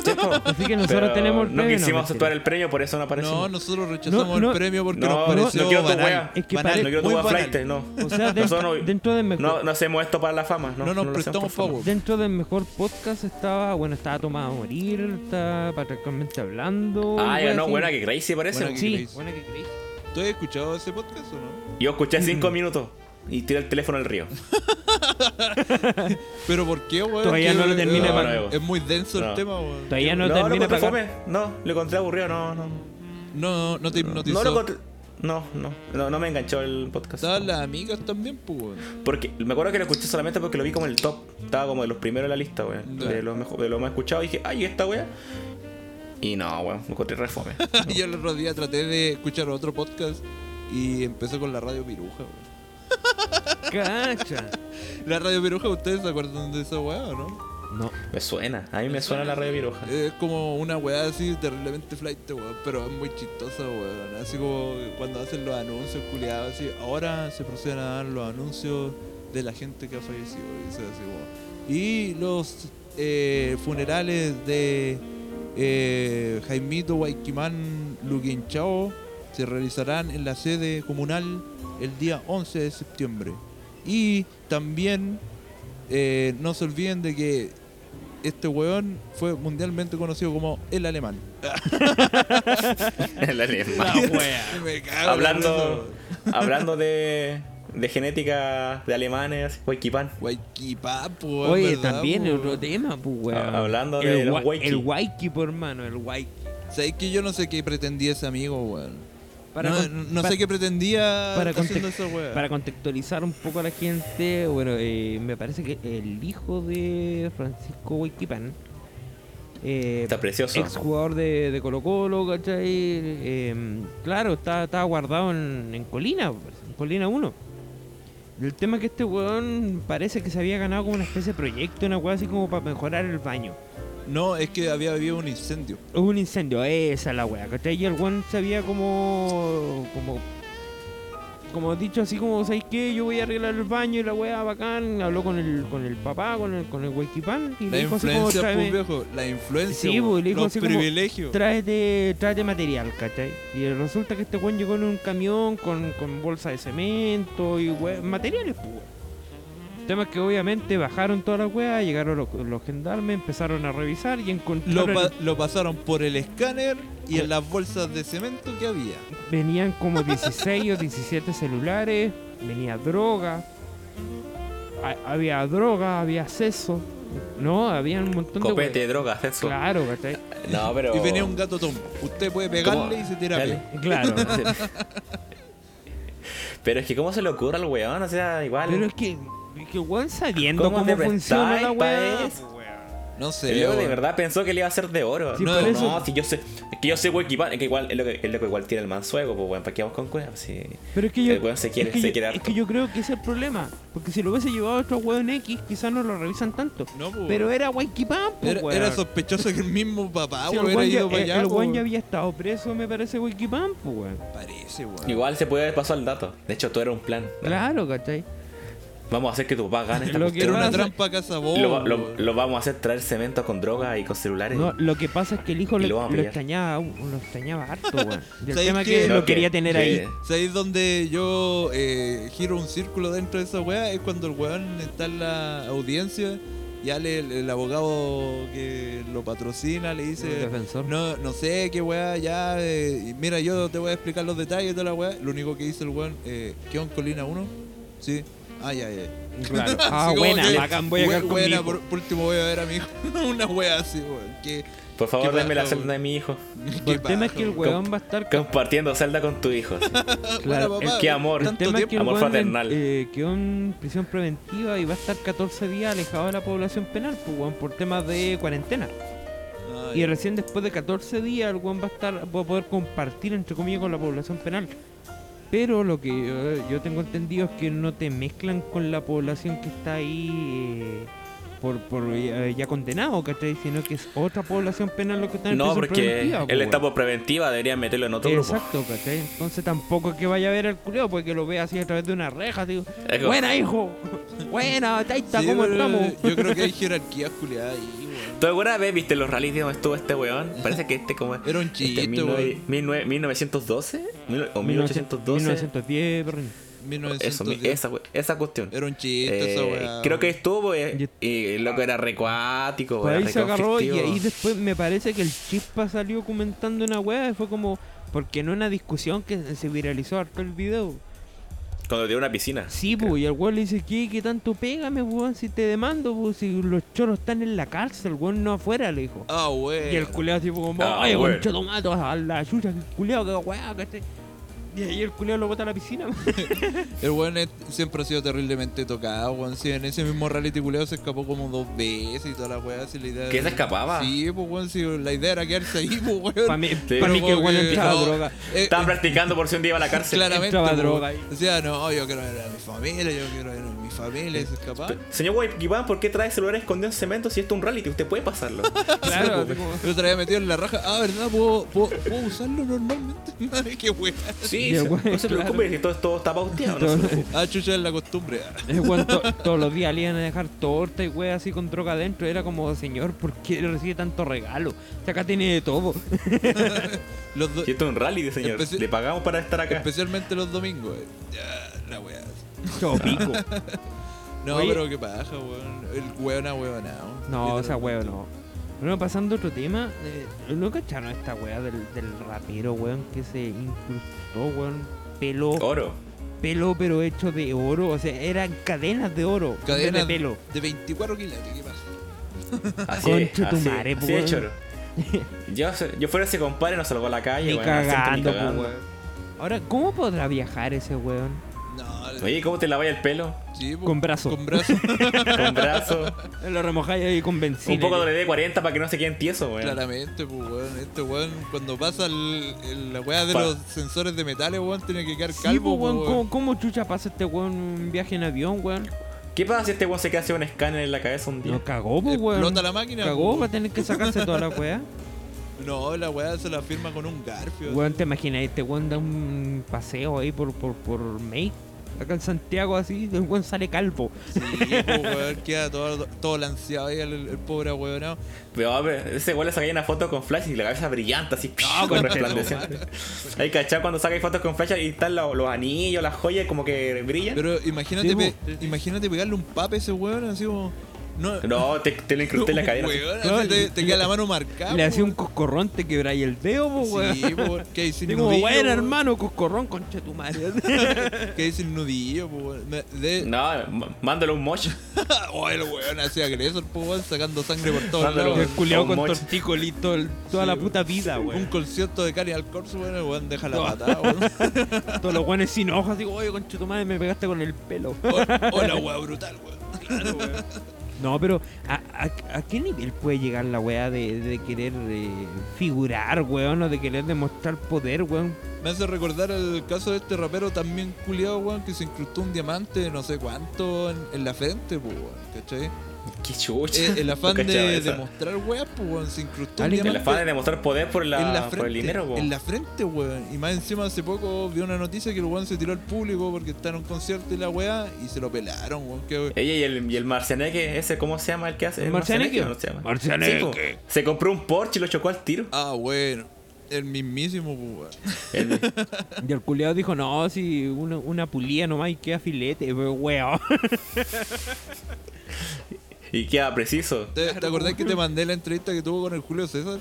así que nosotros
Pero
tenemos el
No
premio,
quisimos
mentira.
aceptar el premio, por eso no apareció.
No, nosotros rechazamos
No, no.
el premio porque
No,
nos
no,
pareció
no quiero tu
banal.
wea.
Es que
Banal,
pare-
No quiero
muy
tomar
banal.
flight, no.
O sea, dentro,
Nosotros no-
dentro del mejor
No, no hacemos esto para la fama, ¿no?
No nos
lo hacemos
prestamos
por fama.
favor.
Dentro del mejor podcast estaba, bueno, estaba Tomás a morir, estaba patriarcalmente hablando.
Ah,
wea,
ya no,
así.
buena que Crazy parece.
Buena que-
Sí,
creéis.
buena que creéis.
¿Tú has escuchado ese podcast o no?
Yo escuché cinco minutos y tiré el teléfono al río.
Pero ¿por qué, weón?
Todavía
Que-
no lo termina
eh,
de
es-
pagar.
Es muy denso
No.
el tema, weón.
Todavía no,
no, pues. lo
termina
encontré
de pagar.
fome. No, lo encontré aburrido, no, no.
No, no te hipnotizó.
No lo encontré. No, no, no, no me enganchó el podcast.
Estaban las amigas también, pues, weón.
Porque me acuerdo que lo escuché solamente porque lo vi como en el top. Estaba como de los primeros de la lista, weón.
Ya.
De los mejo- de los más escuchados. Y dije, ay, esta weá. Y no, weón, me encontré re fome.
Yo el otro día traté de escuchar otro podcast y empezó con la radio piruja, weón.
Cacha.
La radio piruja, ¿ustedes se acuerdan de esa weá o no?
No.
Me suena, a mí me suena la radio viroja.
Es como una weá así terriblemente flight, weón, pero es muy chistosa, weón. Así como cuando hacen los anuncios, culiados, así. Ahora se proceden a dar los anuncios de la gente que ha fallecido, y eso así, weón. Y los eh, funerales de eh, Jaimito Guayquimán Luquinchao se realizarán en la sede comunal el día 11 de septiembre. Y también eh, no se olviden de que este weón fue mundialmente conocido como el alemán.
El alemán.
La wea.
Me cago en
hablando,
eso.
hablando de, de genética de alemanes, Huayquipán.
Guayquipapo, weón,
Oye,
¿verdad,
también
po?
otro tema, pues, weón.
Ah, hablando de
el
los
wa-
waiki.
El waiki, por hermano, el waiki.
Sabéis que yo no sé qué pretendía ese amigo, weón.
Para
no
con-
no
pa-
sé qué pretendía
para
haciendo
context-
esa weá.
Para contextualizar un poco a la gente, bueno, eh, me parece que el hijo de Francisco Huayquipán, eh,
Está precioso.
ex jugador de, de Colo Colo, ¿cachai? Eh, claro, estaba, estaba guardado en, en Colina, en Colina 1. El tema es que este weón parece que se había ganado como una especie de proyecto, una weá así como para mejorar el baño.
No, es que había habido un incendio.
Hubo un incendio, esa es la weá, ¿cachai? Y el weón se había como. como como dicho, así como, ¿sabes qué? Yo voy a arreglar el baño y la weá bacán. Habló con el, con el papá, con el, con el huequipán. Y
La
le dijo así como,
influencia, pues,
tráeme,
viejo. La influencia,
Sí,
weón,
pues, le dijo
los
así como,
privilegios.
tráete, tráete material, ¿cachai? Y resulta que este weón llegó en un camión con, con bolsa de cemento y weá, materiales, pues. weón. El tema es que obviamente bajaron toda la weá, llegaron los, los gendarmes, empezaron a revisar y
Lo,
encontraron...
pa- lo pasaron por el escáner y en las bolsas de cemento que había.
Venían como 16 o 17 celulares, venía droga, ha- había droga, había seso, no, había un montón
Copete,
de...
drogas,
we-
sexo.
Claro, ¿cachai?
No, pero.
Y venía un gato tom. Usted puede pegarle
¿Cómo?
y se tira a
Dale.
pie.
Claro.
Pero es que, ¿cómo se le ocurre al weón? O sea, igual.
Pero es que, es que weón sabiendo
¿Cómo
cómo,
te
funciona
prestáis
la
pa'
weá. pues,
eso?
weón.
No
El
sé.
loco de
Este, weón.
verdad pensó que le iba a hacer de oro.
Sí,
no,
por
eso-
no, si yo sé. Es que yo sé Wikipan. Es que igual es lo que, es lo que igual tiene el mansuego, pues weón. ¿Para qué vamos con cueva? Sí.
Pero es que yo,
El weón se quiere-
es que
se
yo-
quiere
es
harto.
que yo creo que ese es el problema. Porque si lo hubiese llevado a otro weón X, quizás no lo revisan tanto.
No, pues,
Pero
weón.
era Waikipam, pues,
era,
weón.
era sospechoso que el mismo papá
Si el
weón,
weón
hubiera
ya-
ido para
el-
allá.
el
po,
weón ya
weón.
había estado preso, me parece Waikipam, pues, weón.
Parece, weón.
Igual se puede haber pasado el dato. De hecho, todo era un plan.
Claro, ¿cachai?
Vamos a hacer que tu papá gane esta
Lo
cuestión.
que
Era una
pasa-
trampa casa bobo,
Lo, lo-
weón.
lo vamos a hacer traer cemento con droga y con celulares.
No, lo que pasa es que el hijo
Y
lo,
lo vamos a
lo
pillar.
extrañaba, lo extrañaba harto, weón. Y el
¿Sabes
tema es
qué?
que
Creo
lo quería tener
que-
ahí.
¿Sabéis dónde yo eh, giro un círculo dentro de esa weá? Es cuando el weón está en la audiencia y Ale, el, el abogado que lo patrocina, le dice...
El defensor.
No, no sé qué weá, ya... eh, y mira, yo te voy a explicar los detalles de toda la weá. Lo único que dice el weón, eh, ¿qué on colina 1? Sí. Ah, ya, ya.
Claro.
Así
Ah,
como
buena,
que,
bacán, voy a
"Bue-
quedar con mi
buena,
hijo".
por, por último voy a ver a mi hijo. Una weá así, weón. Qué,
Por favor,
Qué
denme la
paja,
celda de mi hijo.
qué
El tema es que
paja,
el
weón.
weón va a estar...
Compartiendo celda con tu hijo. sí.
claro,
Bueno,
el-
papá,
qué amor.
El
Ah, tanto
tema es que el
Amor
weón,
fraternal.
eh, quedó en prisión preventiva y va a estar 14 días alejado de la población penal, pues, weón, por temas de cuarentena.
Ay,
Y recién después de 14 días el weón va a estar va a poder compartir entre comillas con la población penal. Pero lo que yo, yo tengo entendido es que no te mezclan con la población que está ahí eh, por, por eh, ya condenado, ¿cachai? Sino que es otra población penal lo que está en
No,
prisión
porque
preventiva, po,
él
weón.
está por preventiva, deberían meterlo en otro grupo.
Exacto, ¿cachai? Entonces tampoco es que vaya a ver al culeo, porque lo vea así a través de una reja, digo.
Es como-
Buena, hijo. Buena, taita,
sí,
¿cómo
pero
estamos?
Yo creo que hay jerarquía culiada ahí, weón.
¿Tú alguna vez viste los rallies de donde estuvo este weón? Parece que este como es.
Era un
este
chiste,
19
weón.
19 1912 Mil- o 1812.
1910, perrín.
Eso,
1910.
mi- esa, we- esa cuestión.
Era un chiste esa
Eh,
weá.
creo que estuvo eh,
Yo-
y el loco era recuático.
Por
era
Pues ahí se agarró y
reconflictivo.
ahí después me parece que el Chispa salió comentando una weá y fue como, porque en una discusión que se viralizó harto el video.
Cuando dio una piscina.
Sí,
creo.
pues, y el weón le dice, ¿qué, qué tanto pégame, weón? Si te demando, pues, si los choros están en la cárcel, weón, no afuera, le dijo.
Ah, weón.
Y el culeado tipo como,
Ah,
ay,
bueno.
concha tomato, a la chucha, el culeado, que weá, que este... Y ahí el culeado lo bota a la piscina.
El weón es- siempre ha sido terriblemente tocado, weón. Sí, en ese mismo reality culeado se escapó como dos veces y toda la weá. así la idea
¿Que se escapaba?
Sí, pues weón, sí, la idea era quedarse ahí, pues weón.
Para mí,
Sí.
pa'
Pero
mí que el
como
weón
que-
entraba
no,
droga.
eh,
Estaban
eh,
practicando por si un día iba a la cárcel.
Claramente,
Entraba
pues,
droga ahí.
Decía, no, yo quiero ver a mi familia, yo quiero ver a mi familia, y se escapaba.
Señor Iván, ¿por qué trae celular escondido en cemento si esto es un reality? Usted puede pasarlo.
Claro, tipo,
Yo traía metido en la raja. Ah, ¿verdad? ¿Puedo, puedo, puedo usarlo normalmente? Madre, qué weá.
Sí,
Y el
se-
güey,
no se
claro.
preocupe, si todo, todo está pauteado. no se
Todo-
preocupe.
Ah, chucha, es la costumbre.
El weón to- todos los días le iban a dejar torta y weas así con droga adentro. Era como, señor, ¿por qué recibe tanto regalo? O sea, acá tiene de todo.
Los do-
Si esto es un reality, señor.
Empecé-
Le pagamos para estar acá.
Especialmente los domingos. eh. Ya, la weá.
Todo pico.
No,
Oye.
pero qué paja, weón. El weón a weón
No, esa wea no. Bueno, pasando a otro tema, eh, ¿no cacharon esta wea del, del rapero, weón, que se incrustó, weón? Pelo,
Oro.
pelo, pero hecho de oro. O sea, eran cadenas de oro. en vez
Cadena
de pelo.
De 24 kilates, ¿qué pasa?
Así
Concha tu madre,
pues,
así
po,
de
weón.
choro. Yo, se- yo fuera ese compadre, nos salvó a la calle.
Ni
weón, no siento
cagando,
pues,
ni
po, weón. Ahora, ¿cómo podrá viajar ese weón?
No,
Oye, ¿cómo te lavas el pelo?
sí, po.
con brazo.
Con brazo.
Con brazo.
Lo remojáis ahí con
un
benzina.
poco de D40 para que no se queden tiesos, weón.
Claramente, pues, weón. Este weón, cuando pasa el- el- la weá de
Pa-
los sensores de metales, weón, tiene que quedar
Sí,
calvo,
po, weón,
po,
¿cómo, cómo chucha pasa este weón un viaje en avión, weón?
¿Qué pasa si este weón se queda haciendo un escáner en la cabeza un día?
No cagó, po, weón.
Explota la máquina, po,
Cagó,
weón.
va a tener que sacarse toda la weá.
No, la weá se la firma con un garfio.
Weón, te imaginas, este weón da un paseo ahí por, por, por May, acá en Santiago, así, el weón sale calvo.
Sí, pues, weón, queda todo, todo lanceado ahí el, el pobre weón.
Pero, a ver, ese güey le saca una foto con flash y la cabeza brillante, así,
No,
con
con
resplandeciente. Hay cachado cuando sacas fotos con flash y están lo- los, anillos, las joyas, como que brillan.
Pero imagínate,
Sí,
pe-
pues.
imagínate pegarle un pape a ese weón, así como. No,
No, te, te lo incrusté en la cadena. así.
Weón,
No,
así te,
le-
te queda la mano marcada.
Le
po,
hacía un
weón.
coscorrón, te quebráis el dedo, po, weón.
Sí, po, weón, que hay sin
Y como,
nudillo.
bueno,
po,
hermano, coscorrón, concha de tu madre.
weón, Que hay sin nudillo, po, weón. Me- de-
No, m- mándale un mocho.
Oh, el weón así agresor, po, weón, sacando sangre por todos
Mándalo.
lados.
El culiao
Un
con
mocho.
torticolito el- toda
Sí,
la
weón.
puta vida,
Un
weón.
concierto de Cari al corso, weón, el weón deja la
No.
patada, weón.
Todos los weones sin hojas, digo, oye, concha de tu madre, me pegaste con el pelo.
O- o Oh, la weá brutal, weón.
No, pero ¿a, a, a qué nivel puede llegar la weá de, de querer eh, figurar, weón, o de querer demostrar poder, weón?
Me hace recordar el caso de este rapero también culiado, weón, que se incrustó un diamante de no sé cuánto en, en la frente, po, weón, ¿cachai?
Qué chucha.
Eh, el afán
No cachaba
de
esa.
demostrar weón, pues weón, se incrustó un
Alguien-
El
diamante
afán de demostrar poder por, la,
en la frente.
por el dinero, po.
en la frente, weón. Y más encima hace poco vi una noticia que el weón se tiró al público porque está en un concierto y la weá y se lo pelaron, weón. Que,
Ella y el, y el Marcianeque, ese, ¿cómo se llama el que hace?
¿El Marcianeque?
¿no se llama?
Marcianeque.
Sí, po. se compró un Porsche y lo chocó al tiro.
ah, bueno. El mismísimo, pues weón.
El-
Y el culiado dijo, no, si una, una pulía nomás y queda filete, pero weón.
y queda preciso.
¿Te, te acordás que te mandé la entrevista que tuvo con el Julio César?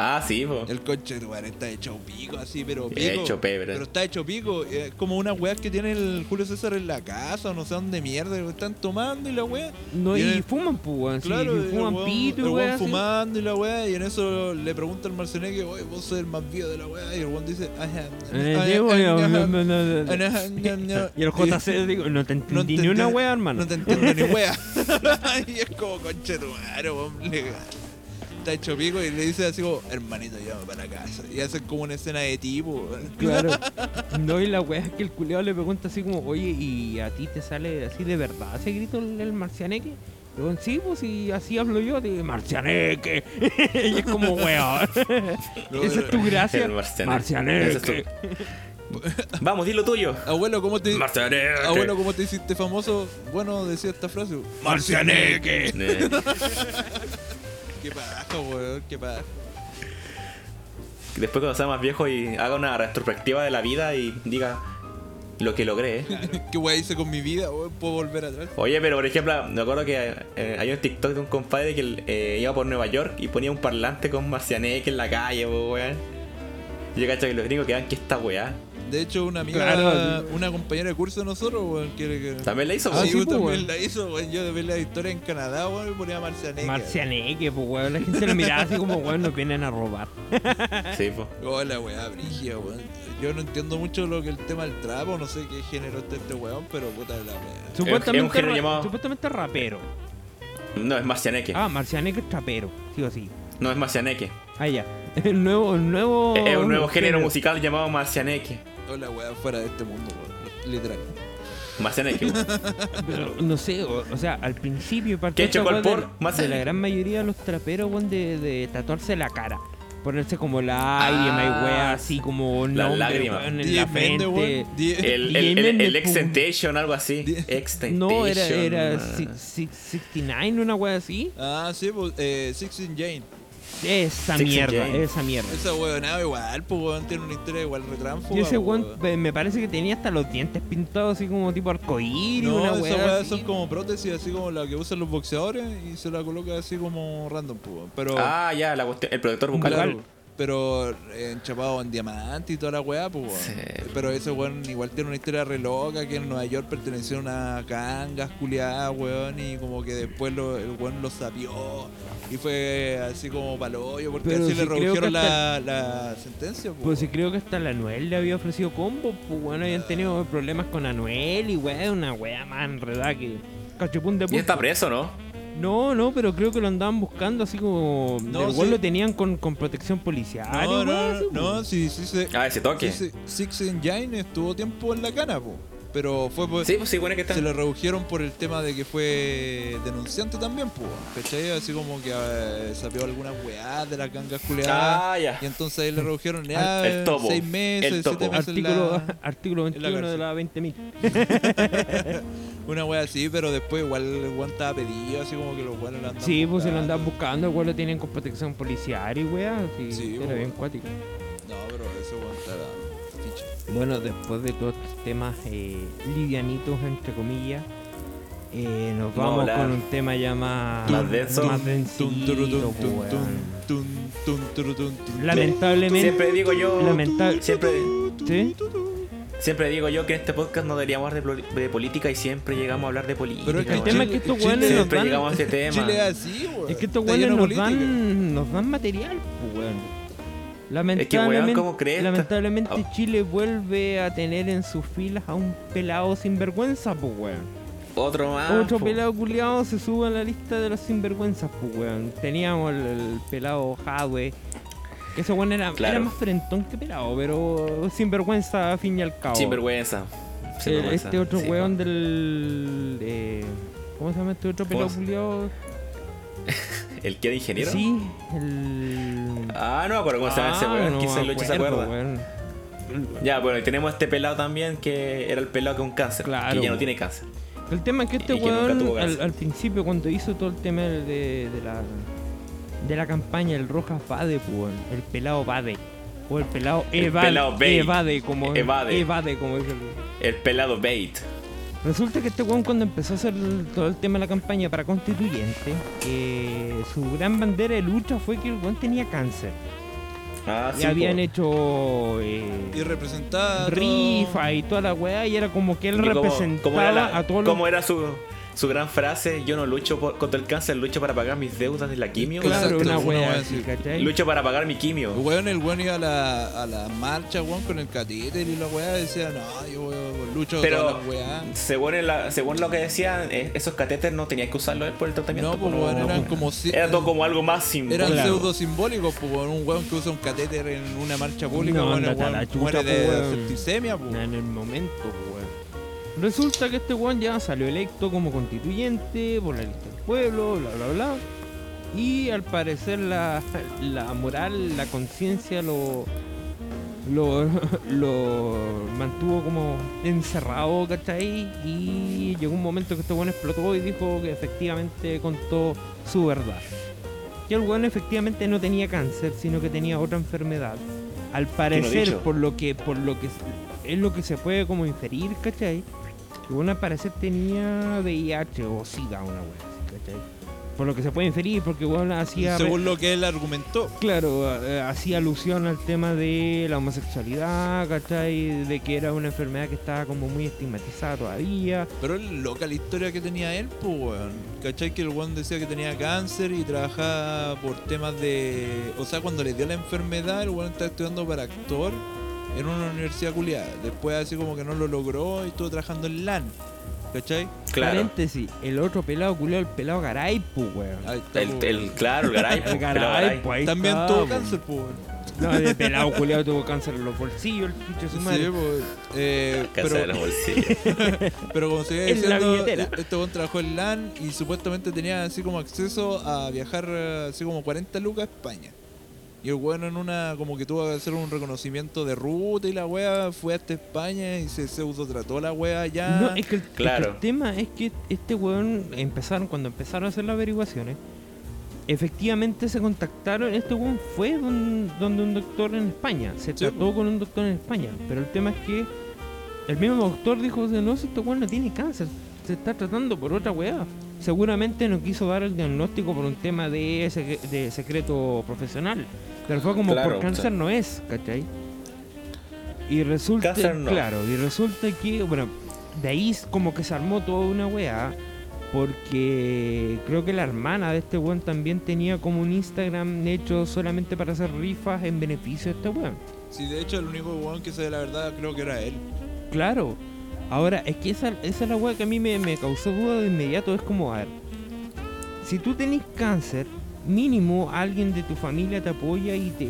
Ah, sí, po.
El coche weón, está hecho pico, así, pero pico.
Hecho pebre.
Pero está hecho pico. Es como unas weas que tiene el Julio César en la casa, o no sé dónde mierda, lo están tomando y la wea.
No,
Y
y,
en el-
fuman, pues, weón. sí,
Claro,
sí,
el
fuman
weón-
pito, y
el
weá,
weón
así.
fumando y la weá, y en eso le pregunta al marceneque, oye, vos sos el más viejo de la weá, y el weón dice, ajá,
Eh,
ajá,
sí,
ajá,
weón,
ajá,
no, no, no, no.
ajá, ajá, ajá".
Y el JC digo, no te
No
entendí ni
entendí-
una weá, hermano.
No te entiendo ni weá. y es como conchetumaro, weón. le- Está hecho pico y le dice así como, hermanito, llévame para casa. Y hacen como una escena de tipo.
Claro. No, y la weá es que el culiado le pregunta así como, oye, ¿y a ti te sale así de verdad ese grito el, el marcianeque? Y bueno, sí, pues y así hablo yo, de marcianeque. y es como, weón.
No,
Esa es tu gracia.
El Marcianeque.
Marcianeque.
Ese es tu- Vamos, di lo tuyo.
Abuelo, ¿cómo te,
Marcianeque.
abuelo, ¿cómo te hiciste famoso? Bueno, decía esta frase.
Marcianeque.
Eh,
Qué paja, weón, qué paja.
Después cuando sea más viejo y haga una retrospectiva de la vida y diga lo que logré. eh.
¿Qué weá hice con mi vida? weón? ¿Puedo volver atrás?
Oye, pero por ejemplo, me acuerdo que eh, hay un TikTok de un compadre que eh, iba por Nueva York y ponía un parlante con Marcianeque en la calle, po, weón. Y Yo cacho que los gringos quedan que esta weá.
De hecho, una amiga,
Claro.
una compañera de curso de nosotros, weón, quiere que.
También la hizo,
Ah,
Ah,
po.
sí,
sí,
yo
po,
también
weón.
la hizo, weón. Yo de ver la historia en Canadá, weón, me ponía Marcianeque.
Marcianeque, pues weón. La gente lo miraba así como, weón, nos vienen a robar.
Sí, po.
Hola, weá, Brigia, weón. Yo no entiendo mucho lo que el tema del trapo, no sé qué género está este weón, pero puta la weá.
Supuestamente,
género
ra-
llamado-
supuestamente rapero.
No, es Marcianeque.
Ah, Marcianeque es trapero, sí o sí.
No, es Marcianeque.
Ah, ya. El nuevo, el nuevo.
es un
Oh,
nuevo género musical llamado Marcianeque.
Hola, weá, fuera de este mundo, weón. Literal.
Marcianeque. po.
Pero, no sé, o, o sea, al principio parte
¿Qué
esta
chocó el
weá
por?
de-
Más
de,
el-
la gran mayoría de los traperos, weón, de, de tatuarse la cara. Ponerse como la
Ah,
IMA y wea, así como un
la
nombre,
lágrima.
weón, en la
DF Mende,
frente. Eh.
weón. D-
Y
El, el, el,
Mende,
el
po.
Extentation, algo así. Extentation.
No, era, era si-
ah.
si- 69, una wea así.
Ah, sí, pues, eh, Sixteen Jane.
Esa
Six and
mierda,
Jane.
esa mierda.
Esa weonada igual, pues weón, tiene una historia igual retranfo.
Y ese weón eh, me parece que tenía hasta los dientes pintados así como tipo arcoíris,
No,
una
esas
wea.
weas
así.
son como prótesis, así como la que usan los boxeadores y se la coloca así como random, pues weón. Pero.
Ah, ya, la cuestión, el protector bucal.
Claro, pero eh, enchapado en diamante y toda la weá, pues weón.
Sí.
Pero ese weón igual tiene una historia re loca que en Nueva York perteneció a una canga culiada, weón, y como que después lo- el weón lo sapió y fue así como paloyo porque
Pero
así
si
le
creo
redujeron
que
la, la sentencia, pues.
Pues sí, creo que hasta la Anuel le había ofrecido combo, pues bueno, habían tenido problemas con Anuel y weá, una weá más enredada que. Cachupún de
Y está
puta.
preso, ¿no?
No, no, pero creo que lo andaban buscando así como.
No,
No, igual
sí.
lo tenían con, con protección policial. y
no, no,
weá, así,
no,
pues.
no, sí, sí, se-
Ah, ese toque.
sí, sí, Six Engine estuvo tiempo en la cana, pues. Pero fue por-
Sí, pues sí, bueno que está.
se lo redujeron por el tema de que fue denunciante también, pues. ¿Cachai? Así como que eh, sapeó algunas weás de las gangas culeadas.
Ah, ya.
Y entonces ahí le redujeron ya
El topo.
seis meses,
El
siete
topo.
meses. en
Artículo,
la-
artículo
en la
21 de
cárcel.
la 20.000.
Una wea así, pero después igual el weón estaba pedido, así como que los weones lo andan
Sí, pues se lo
buscando.
andan buscando, igual lo tienen con protección policial y weá. Sí,
Sí,
era
pues.
bien cuático.
No, pero ese weón estaba ficha.
Bueno, después de todos estos temas eh, livianitos, entre comillas, eh, nos
Vamos a
vamos
hablar.
con un tema ya más,
Ah, Más denso.
más densito,
Tun, turu, tun,
po,
tun,
weón.
tun, tun, tun, tun, tun, tun.
Lamentablemente,
Siempre digo yo.
lamentable,
Siempre,
¿sí?
siempre digo yo que en este podcast no deberíamos hablar de, poli- de política y siempre llegamos a hablar de política.
Pero es que
El
Chile-
tema es
weón.
que estos
Chile-
weones nos
Siempre
dan,
llegamos a ese tema.
Chile es así, weón.
es que estos
Está lleno
weones
de
nos
política.
dan, nos dan material, po, weón. Lamentablemente,
Es que, weón, ¿cómo crees?
lamentablemente
Ah.
Chile vuelve a tener en sus filas a un pelado sinvergüenza, pues weón.
Otro más.
Otro
Ah, po.
pelado culiado se sube a la lista de los sinvergüenzas, pues, weón. Teníamos el, el pelado Jadwe. Que ese weón era,
Claro.
era más frentón que pelado, pero sinvergüenza a fin y al cabo.
Sinvergüenza.
Eh,
Sinvergüenza.
Este otro
Sí,
weón
po.
del. eh, ¿Cómo se llama este otro
¿Cómo
pelado
se-
culiado?
¿El que era ingeniero?
Sí, el.
Ah, no, pero ¿cómo se llama ese
Ah,
weón?
no
Quizás
me
Lucho se
acuerdo,
acuerda.
weón.
Ya, bueno, y tenemos este pelado también que era el pelado con cáncer.
Claro,
Que ya no
weón.
tiene cáncer.
El tema es que este
Y que nunca tuvo
weón, al,
cáncer.
al principio, cuando hizo todo el tema de, de la, de la campaña, el Rojas Vade, pues, weón, el pelado Vade, o el pelado
El
Evade,
pelado Bade.
Evade, como,
Evade.
Evade, como dice el-
El pelado bait.
Resulta que este weón, cuando empezó a hacer el- todo el tema de la campaña para constituyente, eh, su gran bandera de lucha fue que el weón tenía cáncer.
Ah,
y habían hecho. eh,
Y representada. todo-
Rifa y toda la weá, y era como que él representaba a todos los
¿Cómo era su, su gran frase? Yo no lucho por- contra el cáncer, lucho para pagar mis deudas de la quimio.
Claro,
Exacto,
una
una
wea
wea
así,
así.
¿cachai?
Lucho para pagar mi quimio.
Weón, el weón iba a la, a la marcha, weón, con el catéter y la weá decía, no, yo weón, lucho
Pero-
todas las weá.
Según, el- la- según lo que decían, eh, esos catéteres no tenías que usarlos por el tratamiento.
No, pues
como-
weón, eran como si-
Era todo como algo más simbólico.
Eran
Claro.
pseudo simbólicos, pues weón, un weón que usa un catéter en una marcha pública,
No,
weón, el
ándate a
weón
la chuta,
muere
po,
de
weón.
septicemia, pues.
en el momento, pues, weón. Resulta que este weón ya salió electo como constituyente por la lista del pueblo, bla, bla, bla. Y al parecer la, la moral, la conciencia lo, lo, lo mantuvo como encerrado, ¿cachai? Y llegó un momento que este weón explotó y dijo que efectivamente contó su verdad. Que el weón efectivamente no tenía cáncer, sino que tenía otra enfermedad. Al parecer,
dicho.
por lo que, por lo que s- es lo que se puede como inferir, ¿cachai? El weón al parecer tenía VIH o SIDA, una weón, ¿cachai? Por lo que se puede inferir, porque el weón hacía. re-
Según lo que él argumentó.
Claro, eh, hacía alusión al tema de la homosexualidad, ¿cachai? De que era una enfermedad que estaba como muy estigmatizada todavía.
Pero es loca la historia que tenía él, pues, weón. ¿Cachai? Que el weón decía que tenía cáncer y trabajaba por temas de. O sea, cuando le dio la enfermedad, el weón estaba estudiando para actor en una universidad culiada. Después, así como que no lo logró y estuvo trabajando en LAN. ¿Cachai?
Claro.
Paréntesis, el otro pelado culiao, el pelado Garay, pues, weón.
Ahí está,
El,
po,
el- claro, el garay.
El
po, pelado garay.
pues, ahí
También
está,
tuvo
pues.
cáncer, pues. weón.
No, el pelado culiao tuvo cáncer en los bolsillos, el pinche de su madre.
Sí, pues. eh,
Cáncer
pero-
en los bolsillos.
Pero como se iba
En la
diciendo,
billetera.
e- este weón trabajó en LAN y supuestamente tenía así como acceso a viajar eh, así como 40 lucas a España. Y el weón en una, como que tuvo que hacer un reconocimiento de ruta y la wea fue hasta España y se pseudo trató la wea allá.
No, es que, el, es que
Claro.
el tema es que este weón empezaron, cuando empezaron a hacer las averiguaciones, efectivamente se contactaron, este weón fue don- donde un doctor en España, se
Sí,
trató con un doctor en España, pero el tema es que el mismo doctor dijo, no, si este weón no tiene cáncer, se está tratando por otra weá. Seguramente no quiso dar el diagnóstico por un tema de, sec- de secreto profesional, pero fue como
Claro,
por
o
cáncer
sea.
no es, ¿cachai? Y resulta,
Cáncer no.
claro, y resulta que, bueno, de ahí es como que se armó toda una weá, porque creo que la hermana de este weón también tenía como un Instagram hecho solamente para hacer rifas en beneficio de este weón.
Sí, de hecho el único weón que sabía la verdad creo que era él.
Claro. Ahora, es que esa, esa es la weá que a mí me, me causó duda de inmediato. Es como, a ver, si tú tenés cáncer, mínimo alguien de tu familia te apoya y te.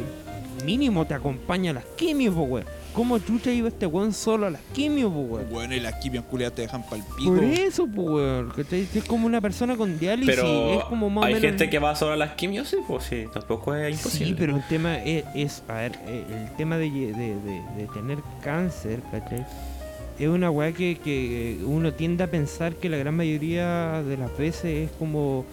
Mínimo te acompaña a las quimios, po, weón. ¿Cómo chucha iba este weón solo a las quimio, po, weón?
Bueno, y las quimios culiadas te dejan pa'l pico.
Por eso, po, weón. ¿cachai? Es como una persona con diálisis.
Pero
es como más o
hay
menos
gente que va solo a las quimios, sí, pues sí, tampoco es imposible.
Sí, pero el tema es, es- a ver, eh, el tema de, lle- de- de- de tener cáncer, ¿cachai? Es una weá que, que uno tiende a pensar que la gran mayoría de las veces es como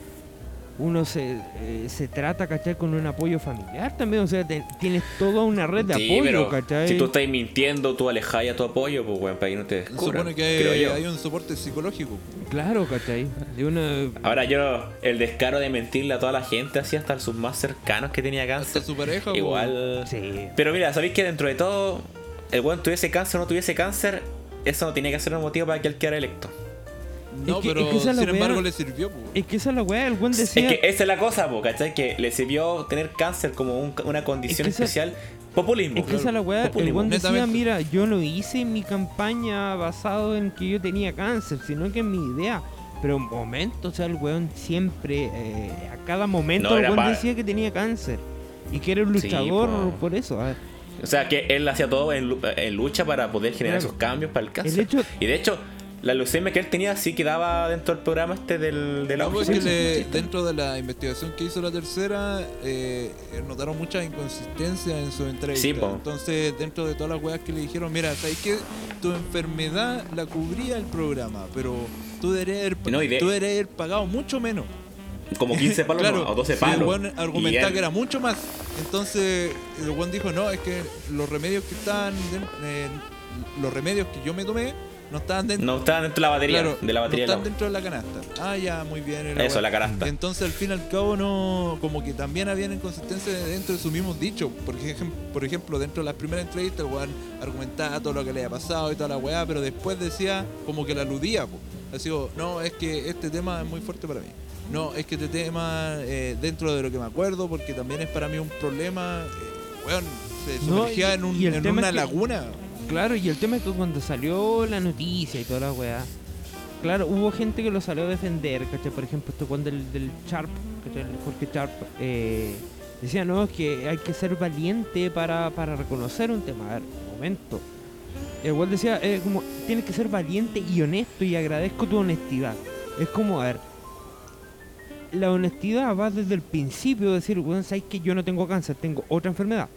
uno se, eh, se trata, ¿cachai? Con un apoyo familiar también, o sea, te- tienes toda una red de
Sí,
apoyo,
pero
¿cachai?
Si tú estás mintiendo, tú alejáis a tu apoyo, pues weón, para que no te
Se
descubran.
supone que hay,
creo yo.
hay un soporte psicológico.
Claro, ¿cachai? De una...
Ahora yo, el descaro de mentirle a toda la gente, así hasta a sus más cercanos que tenía
Hasta
cáncer.
su pareja. po.
Igual.
Sí.
Pero mira, sabéis que dentro de todo, el weón tuviese cáncer o no tuviese cáncer, eso no tenía que ser un motivo para que él quedara electo.
No,
Es que-
pero
es que esa es la
sin embargo
wea-
le sirvió. po.
Es que esa es la weá, el buen
Es
decía...
que esa es la cosa, po, ¿cachai? Que le sirvió tener cáncer como un- una condición
Es que esa-
especial. Populismo.
Es que esa es la weá, el
Populismo.
weón decía,
netamente.
mira, yo no hice mi campaña basado en que yo tenía cáncer, sino que en mi idea. Pero un momento, o sea, el weón siempre, eh, a cada momento,
No,
el
era
weón
pa-
decía que tenía cáncer. Y que era un
Sí,
luchador
po.
por eso. a ver.
O sea, que él hacía todo en, lu- en lucha para poder generar
Claro.
esos cambios para el cáncer.
hecho-
Y de hecho, la leucemia que él tenía sí quedaba dentro del programa este del, de la
No, pues que
oficina.
le- dentro de la investigación que hizo la tercera, eh, notaron muchas inconsistencias en su entrevista.
Sí, po.
Entonces, dentro de todas las weas que le dijeron, mira, sabes que tu enfermedad la cubría el programa, pero tú deberías haber,
No, y de-
tú deberías haber pagado mucho menos.
Como 15 palos no, o 12
sí,
palos.
El weón argumentaba
Y
que
él-
era mucho más. Entonces, el buen dijo, no, es que los remedios que estaban, den- eh, los remedios que yo me tomé, no estaban dentro.
No, estaba dentro de la batería.
Claro,
de la batería
no
de
están dentro de la canasta. Ah, ya, muy bien. era
Eso,
bueno.
la canasta.
Entonces, al fin y al cabo, no, como que también habían inconsistencias dentro de sus mismos dichos. Porque, ejem- por ejemplo, dentro de las primeras entrevistas, el weón argumentaba todo lo que le había pasado y toda la weá, pero después decía como que la aludía. po. Así como, no, es que este tema es muy fuerte para mí. No, es que este tema, eh, dentro de lo que me acuerdo, porque también es para mí un problema, eh, weón, se
No,
sumergía
y-
en, un-
y el
en
tema
una
es que-
laguna.
Claro, y el tema es que cuando salió la noticia y toda la weá, claro, hubo gente que lo salió a defender, ¿cachai? Por ejemplo, este cuando del, del Sharp, ¿cachai? El Jorge Sharp, eh, decía, no, es que hay que ser valiente para, para reconocer un tema. A ver, un momento. El cual decía, eh, como, tienes que ser valiente y honesto y agradezco tu honestidad. Es como, a ver, la honestidad va desde el principio, decir, bueno, sabes que yo no tengo cáncer, tengo otra enfermedad.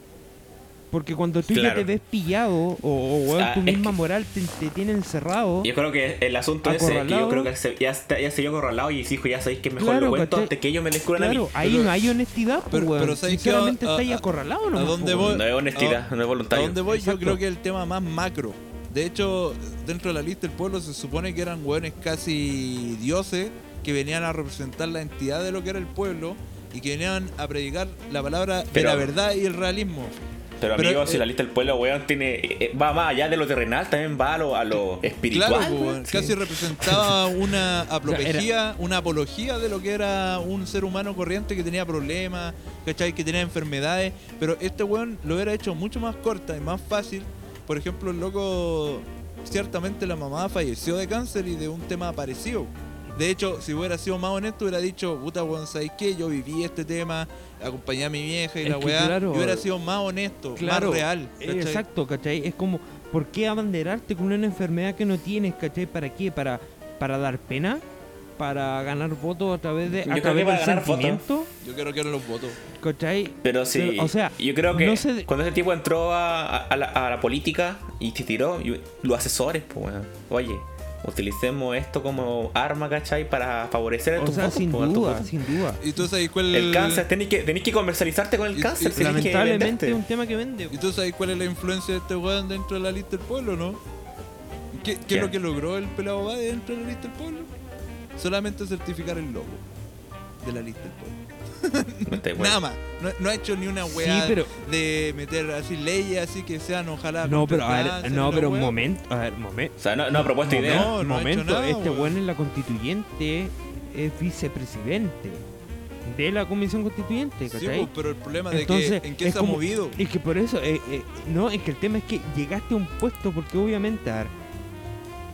Porque cuando tú ya
Claro.
te ves pillado o, o weón,
Ah,
tu
es
misma
que-
moral te, te tiene encerrado.
Yo creo que el asunto ese, que
Acorralado.
yo creo que se- ya, está- ya se vio acorralado y dijo, ya sabéis que mejor
Claro,
lo cuento
¿cachai?
antes que ellos me descubran a
Claro,
mí.
ahí
Pero-
no hay honestidad, pues,
pero-
weón.
pero ¿sabes qué?
Sinceramente
A-
está ahí
a-
acorralado, pues,
¿a
¿no?
dónde voy?
No es honestidad, no es
Ah, ¿A
voluntario.
dónde voy?
Exacto.
Yo creo que es el tema más macro. De hecho, dentro de la lista del pueblo se supone que eran hueones casi dioses que venían a representar la entidad de lo que era el pueblo y que venían a predicar la palabra
Pero-
de la verdad y el realismo.
Pero
Pero,
amigos, si
eh,
la lista del pueblo, weón, tiene, eh, va más allá de lo terrenal, también va a lo, a lo espiritual.
claro, pues, po,
weón.
casi representaba una apología,
O sea,
una apología de lo que era un ser humano corriente que tenía problemas, ¿cachai? Que tenía enfermedades. Pero este weón lo hubiera hecho mucho más corta y más fácil. Por ejemplo, el loco, ciertamente la mamá falleció de cáncer y de un tema parecido. De hecho, si hubiera sido más honesto, hubiera dicho, puta weón, ¿sabes qué? Yo viví este tema, acompañé a mi vieja y
Es
la
que
weá.
claro,
y hubiera sido más honesto,
Claro,
más real.
Eh,
¿cachai?
Exacto, ¿cachai? Es como, ¿por qué abanderarte con una enfermedad que no tienes, ¿cachai? ¿Para qué? ¿Para, para dar pena? ¿Para ganar votos a través de
Yo
a
creo
través
que para
del
ganar votos.
sentimiento?
Yo creo que eran los votos.
¿Cachai?
Pero sí,
Pero, o sea,
yo creo que
no se-
cuando ese tipo entró a, a- a la, a la política y se tiró, y- los asesores, pues, weón, oye, utilicemos esto como arma, ¿cachai? Para favorecer a
O
tus
sea,
votos,
sin
po, a tus
duda,
votos.
sin duda.
¿Y tú sabes cuál
El cáncer, tenéis que, tenés que comercializarte con
Y-
el
y
camentar
Lamentablemente es un tema que vende.
¿Y tú sabes cuál es la influencia de este weón dentro de la lista del pueblo, no? ¿Qué, qué es
¿Quién?
lo que logró el pelado Bade dentro de la lista del pueblo? Solamente certificar el logo de la lista del pueblo.
este,
Nada más. No, no ha hecho ni una weá
pero-
de meter así leyes así que sean ojalá.
No,
contra
pero a
el
ver,
cáncer,
no,
la
pero un
weá.
momento, a ver, momento.
O sea, no, no ha propuesto
No,
idea.
no ha hecho
momento,
nada,
este
weón.
weón en la constituyente es vicepresidente de la comisión constituyente,
Sí,
¿cachai?
pues, pero el problema de
Entonces,
que en qué
es
se ha
como-
movido.
Es que por eso, eh, eh, no, es que el tema es que llegaste a un puesto porque obviamente, a ver,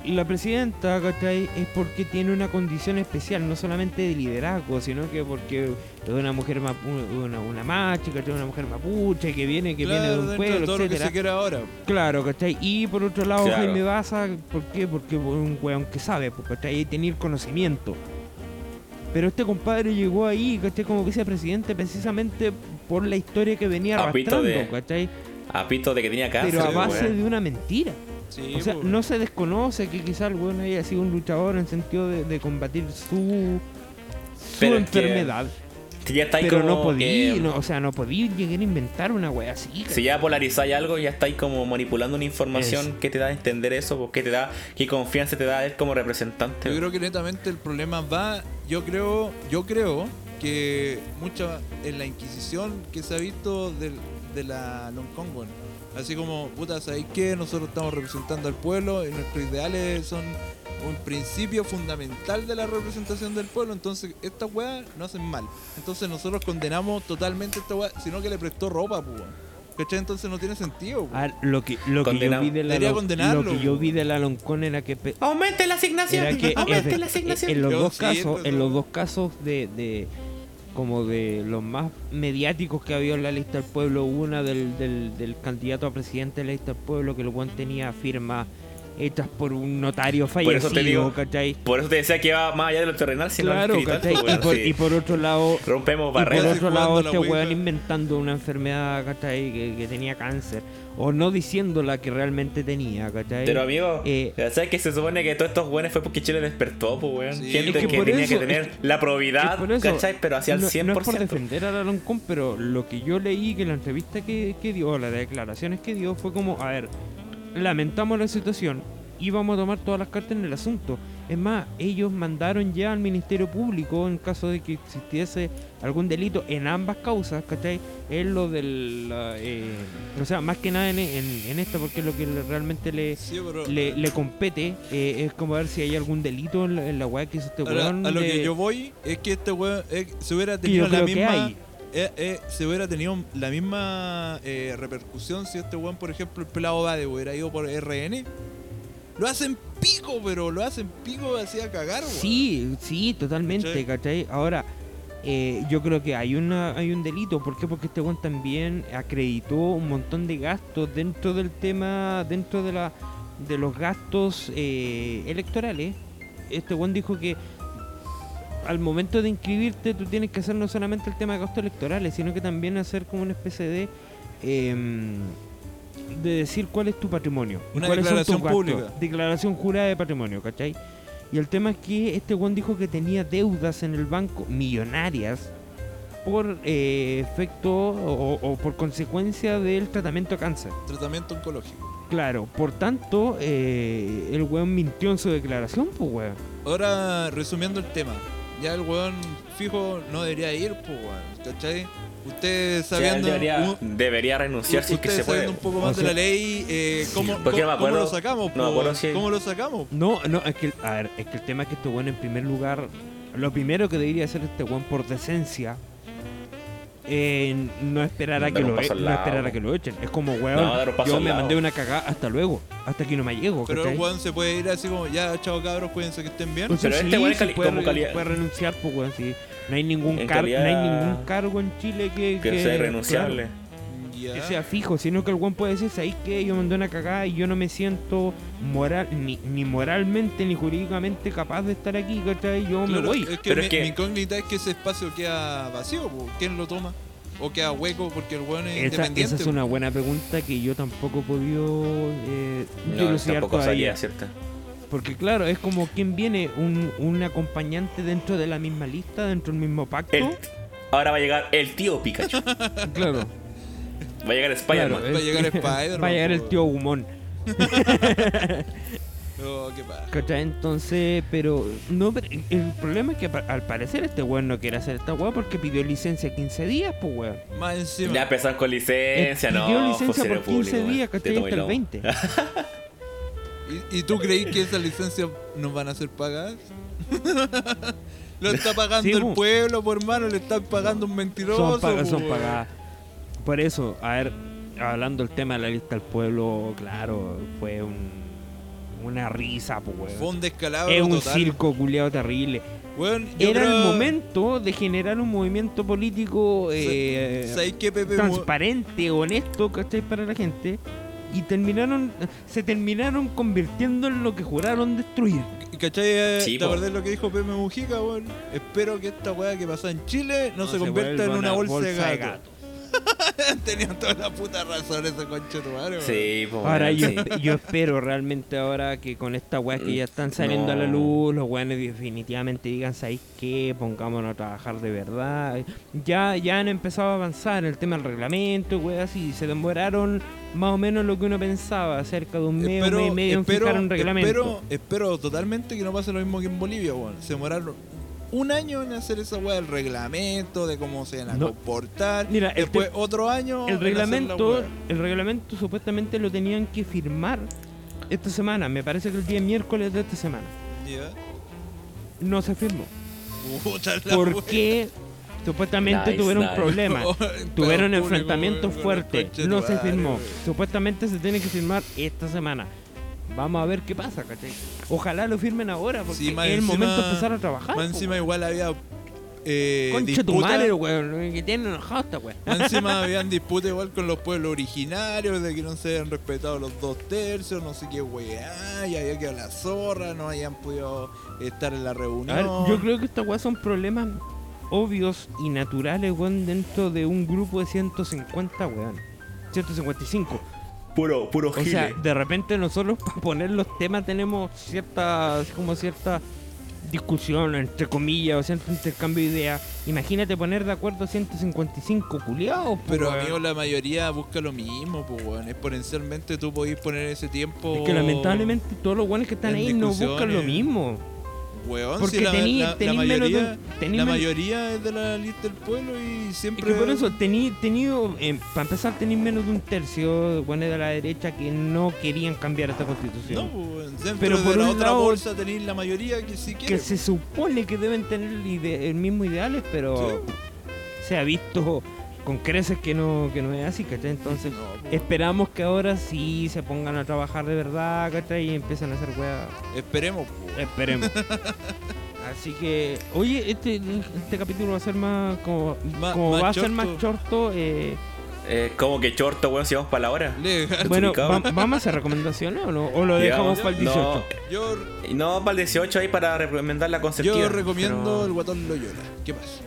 la presidenta, ¿cachai? Es porque tiene una condición especial, no solamente de liderazgo, sino que porque es una mujer mapu- una, una macha, ¿cachai? Una mujer mapuche que viene, que viene de un
dentro de
pueblo,
todo lo que
etcétera.
se quiera ahora.
Claro, ¿cachai? Y por otro lado,
Claro.
Jaime Baza, ¿por qué? Porque es un weón que sabe, pues, ¿cachai? Y tener conocimiento. Pero este compadre llegó ahí, ¿cachai? Como vicepresidente precisamente por la historia que venía
A pito
arrastrando,
de
¿cachai?
A pito de que tenía cáncer.
Pero a
el
base
weón.
de una mentira.
Sí,
O sea,
pues.
no se desconoce que quizá el weón haya sido un luchador en sentido de, de combatir su, su
Pero es que-
enfermedad.
Si ya está ahí
Pero
como
no podía,
que-
o sea, no podía llegar a inventar una wea así. ¿cachai?
Si ya polarizáis algo, ya estáis como manipulando una información
Eso.
que te da a entender eso, porque te da, qué confianza te da él como representante.
Yo creo que netamente el problema va, yo creo, yo creo que mucha en la Inquisición que se ha visto del- de, la Long Kong, weón. así como, puta, ¿sabéis qué? Nosotros estamos representando al pueblo y nuestros ideales son un principio fundamental de la representación del pueblo, entonces estas weas no hacen mal. Entonces nosotros condenamos totalmente esta wea, sino que le prestó ropa, pues. weón. ¿Cachai? Entonces no tiene sentido, pues. weón.
Ah, lo que, lo que yo
Condenado.
vi de la
Debería
lo-
condenarlo.
lo que yo vi de la Loncón era que pe-
¡Aumente la asignación!
era que
¡Aumente
efe-
la asignación!
en los
Yo pues,
dos
siento
casos
eso.
en los dos casos de, de- como de los más mediáticos que había en la lista del pueblo hubo una del, del, del candidato a presidente de la lista del pueblo que el Juan tenía firmas hechas por un notario
eso
fallecido
te digo,
¿cachai?
Por eso te decía que va más allá de lo terrenal, sino
claro
lo espiritual.
¿cachai?
pues,
y, por,
sí.
y por otro lado
Rompemos
y por
barreras.
otro
Jugando
lado,
la
este
Ouija.
weón inventando una enfermedad, ¿cachai? Que, que tenía cáncer. O no diciendo la que realmente tenía, ¿cachai?
Pero amigo,
Eh,
¿sabes que se supone que todos estos buenos fue porque Chile despertó, pues, weón?
Sí,
Gente
Es
que,
que
por
tenía
eso-
que tener
es
la
Es
probidad,
por eso,
¿cachai? Pero hacia el
no-
100%.
No, es por defender a la Loncón, pero lo que yo leí que la entrevista que, que dio, las declaraciones que dio, fue como: a ver, lamentamos la situación y vamos a tomar todas las cartas en el asunto. Es más, ellos mandaron ya al Ministerio Público en caso de que existiese algún delito en ambas causas, ¿cachai? Es lo del. la, eh, o sea, más que nada en, en, en esta, porque es lo que le- realmente le,
Sí, pero-
le, le compete. eh, es como ver si hay algún delito en la, en la weá que hizo este
Ahora,
weón.
a lo que
de-
yo voy es que este weón eh, se hubiera
que yo
tenido la
creo que
misma.
hay.
eh, eh, se hubiera tenido la misma eh, repercusión si este weón, por ejemplo, el pelado Bade hubiera ido por RN. Lo hacen pico, pero lo hacen pico hacía cagar, weón.
Sí, sí, totalmente,
¿Cachai?
¿cachai? Ahora, eh, yo creo que hay una hay un delito. ¿Por qué? Porque este weón también acreditó un montón de gastos dentro del tema, dentro de la de los gastos eh, electorales. Este weón dijo que al momento de inscribirte tú tienes que hacer no solamente el tema de gastos electorales, sino que también hacer como una especie de... em, de decir cuál es tu patrimonio. y
Una
cuáles son tus
declaración
gastos.
pública.
Declaración jurada de patrimonio, ¿cachai? Y el tema es que este Juan dijo que tenía deudas en el banco millonarias por eh, efecto o, o por consecuencia del tratamiento a cáncer.
Tratamiento oncológico.
Claro, por tanto, eh, el weón mintió en su declaración, pues weón.
Ahora, resumiendo el tema. Ya el weón fijo no debería ir, pues weón. ¿Cachai? Ustedes
O sea, él
sabiendo.
debería,
u-
debería renunciar si es que
ustedes
se puede.
sabiendo un poco más
O
de
sea-
la ley, eh, ¿cómo,
Porque no me
cómo-
acuerdo-
cómo lo sacamos?
no me
po,
acuerdo
weón?
si-
¿Cómo lo sacamos?
No, no, es que, a ver, es que el tema es que este weón en primer lugar, lo primero que debería hacer este weón por decencia, eh, no esperar a
Dar
que
un
lo
paso
e-
al
no
lado.
esperar a que lo echen. Es como
No, dar
weón,
un paso
yo
al
me
lado.
mandé una cagada hasta luego, hasta aquí no me llego.
Pero
¿cachai?
el weón se puede ir así como, ya, chao cabros, cuídense que estén bien.
O sea,
Pero
sí,
este weón es
sí
cali-
puede,
como
re-
calidad-
puede renunciar, pues weón, sí. No hay ningún
En
car- no hay
calidad-
ningún cargo en Chile que,
Que sea irrenunciable.
Ya.
que sea fijo, sino que el weón puede decir, ¿sabéis qué? Yo mandé una cagada y yo no me siento moral, ni, ni moralmente ni jurídicamente capaz de estar aquí, ¿cachai? Yo me
Claro,
voy.
Es que,
Pero
mi,
es que-
mi incógnita es que ese espacio queda vacío, po. ¿quién lo toma? O queda hueco porque el weón es
Esa,
independiente.
esa es una buena pregunta que yo tampoco he podido eh,
No,
dilucidar
tampoco
todavía.
sabía, ¿cierto?
Porque claro, es como quien viene, un, un acompañante dentro de la misma lista, dentro del mismo pacto.
El- ahora va a llegar el tío Pikachu. va
Claro,
a llegar Spider-Man.
claro,
Va a
el-
llegar Spider-Man,
Va a llegar el
po.
tío Gumón.
Oh, qué paja.
¿Cachai? Entonces, pero no, pero el problema es que pa- al parecer este weón no quiere hacer esta weá porque pidió licencia 15 días, pues weón.
Más encima.
Ya empezaron con licencia,
Eh,
no. este
pidió licencia
funcionario
por 15
público,
días,
te
¿cachai?
tomo y
Hasta el
lomo.
20.
¿Y, y tú creís que esas licencias nos van a ser pagadas? lo está pagando
Sí, po.
el pueblo, por hermano, le están pagando un mentiroso.
son, pagas, son
po.
pagadas. Por eso, a ver, hablando del tema de la lista del pueblo, claro, fue un, una risa, pues, weón.
Fue un descalabro
Es un
total.
circo culiado terrible.
Weón, yo
Era
creo-
el momento de generar un movimiento político eh,
¿Sabéis qué, Pepe? Mu-
transparente, honesto, ¿cachai? Para la gente. Y terminaron, se terminaron convirtiendo en lo que juraron destruir.
¿Cachai? Eh,
Sí,
¿Te
po.
acordás lo que dijo Pepe Mujica, weón? Espero que esta weá que pasó en Chile no, se convierta en
vuelvan
una
a
bolsa, de gato. Tenían toda la puta razón ese conche tu madre, weón.
Sí, po,
Ahora
weón,
yo,
sí.
yo espero realmente ahora que con estas weas
Mm,
que ya están saliendo a la
No.
luz, los weones definitivamente digan, ¿sabéis qué? Pongámonos a trabajar de verdad. Ya, ya han empezado a avanzar el tema del reglamento, weas, y se demoraron más o menos lo que uno pensaba, cerca de un mes, un mes y medio en fijar un reglamento.
Espero, espero totalmente que no pase lo mismo que en Bolivia, weón. Se demoraron un año en hacer esa weá del reglamento, de cómo se van a
No.
comportar.
Mira, el
Después
te-
otro año.
el
en hacer
reglamento,
la weá.
el reglamento supuestamente lo tenían que firmar esta semana, me parece que el día miércoles de esta semana.
Ya.
No se firmó.
Puta la weá.
porque supuestamente
Nice,
tuvieron
nice.
problemas.
Oh,
Tuvieron
público,
enfrentamientos
weón,
fuertes.
conche tu
No se
madre,
firmó.
weón.
Supuestamente se tiene que firmar esta semana. Vamos a ver qué pasa, ¿cachai? Ojalá lo firmen ahora, porque
Sí, más
es el
encima-
momento de empezar a trabajar.
Más
po,
encima
weón.
igual había eh,
Concha tu
disputa-
madre, weón. Que tienen enojado esta weón.
más encima habían disputa igual con los pueblos originarios de que no se habían respetado los dos tercios, no sé qué weá, y había que la zorra, no habían podido estar en la
A
reunión.
ver, yo creo que estas weas son problemas obvios y naturales, weón, dentro de un grupo de 150, weón. 155.
Puro, puro
O
gile.
sea, de repente nosotros para poner los temas tenemos ciertas, como cierta discusión, entre comillas, o cierto intercambio de ideas. Imagínate poner de acuerdo 155 culiados, po,
pero
weón.
amigo, la mayoría busca lo mismo, pues weón. Exponencialmente tú podís poner ese tiempo.
Es que lamentablemente todos los guanes que están
en
ahí no buscan
discusiones.
lo mismo.
Weón,
Porque
si la,
tení-
la- la
tení menos
mayoría,
de- tení
la
men-
mayoría es de la lista del pueblo y
Es
siempre.
que por eso tení, tenido, eh, para empezar, tenéis menos de un tercio de guanes de la derecha que no querían cambiar esta constitución.
No, pues, dentro
Pero
de
por
la
un
otra
lado-
bolsa tenéis la mayoría que sí quiere.
que se supone que deben tener el, ide- el mismo ideales,
pues,
pero se ha visto con creces que no, que no es así, ¿cachai? Entonces,
No, pues.
esperamos que ahora sí se pongan a trabajar de verdad, ¿cachai? Y empiezan a hacer weas.
Esperemos. pues.
Esperemos. así que, oye, este, este capítulo va a ser más. Como,
Ma-
como
más
va a ser más
chorto.
chorto, eh,
Eh, ¿Cómo que chorto, weón? Si vamos para la hora.
Legal.
bueno,
ubicado.
va- ¿vamos a hacer recomendaciones o no? ¿O lo dejamos
Llegamos-
para el 18?
Yo,
No, no para el 18 ahí para recomendar la conceptiva.
yo recomiendo
pero-
el guatón Loyola. ¿Qué pasa?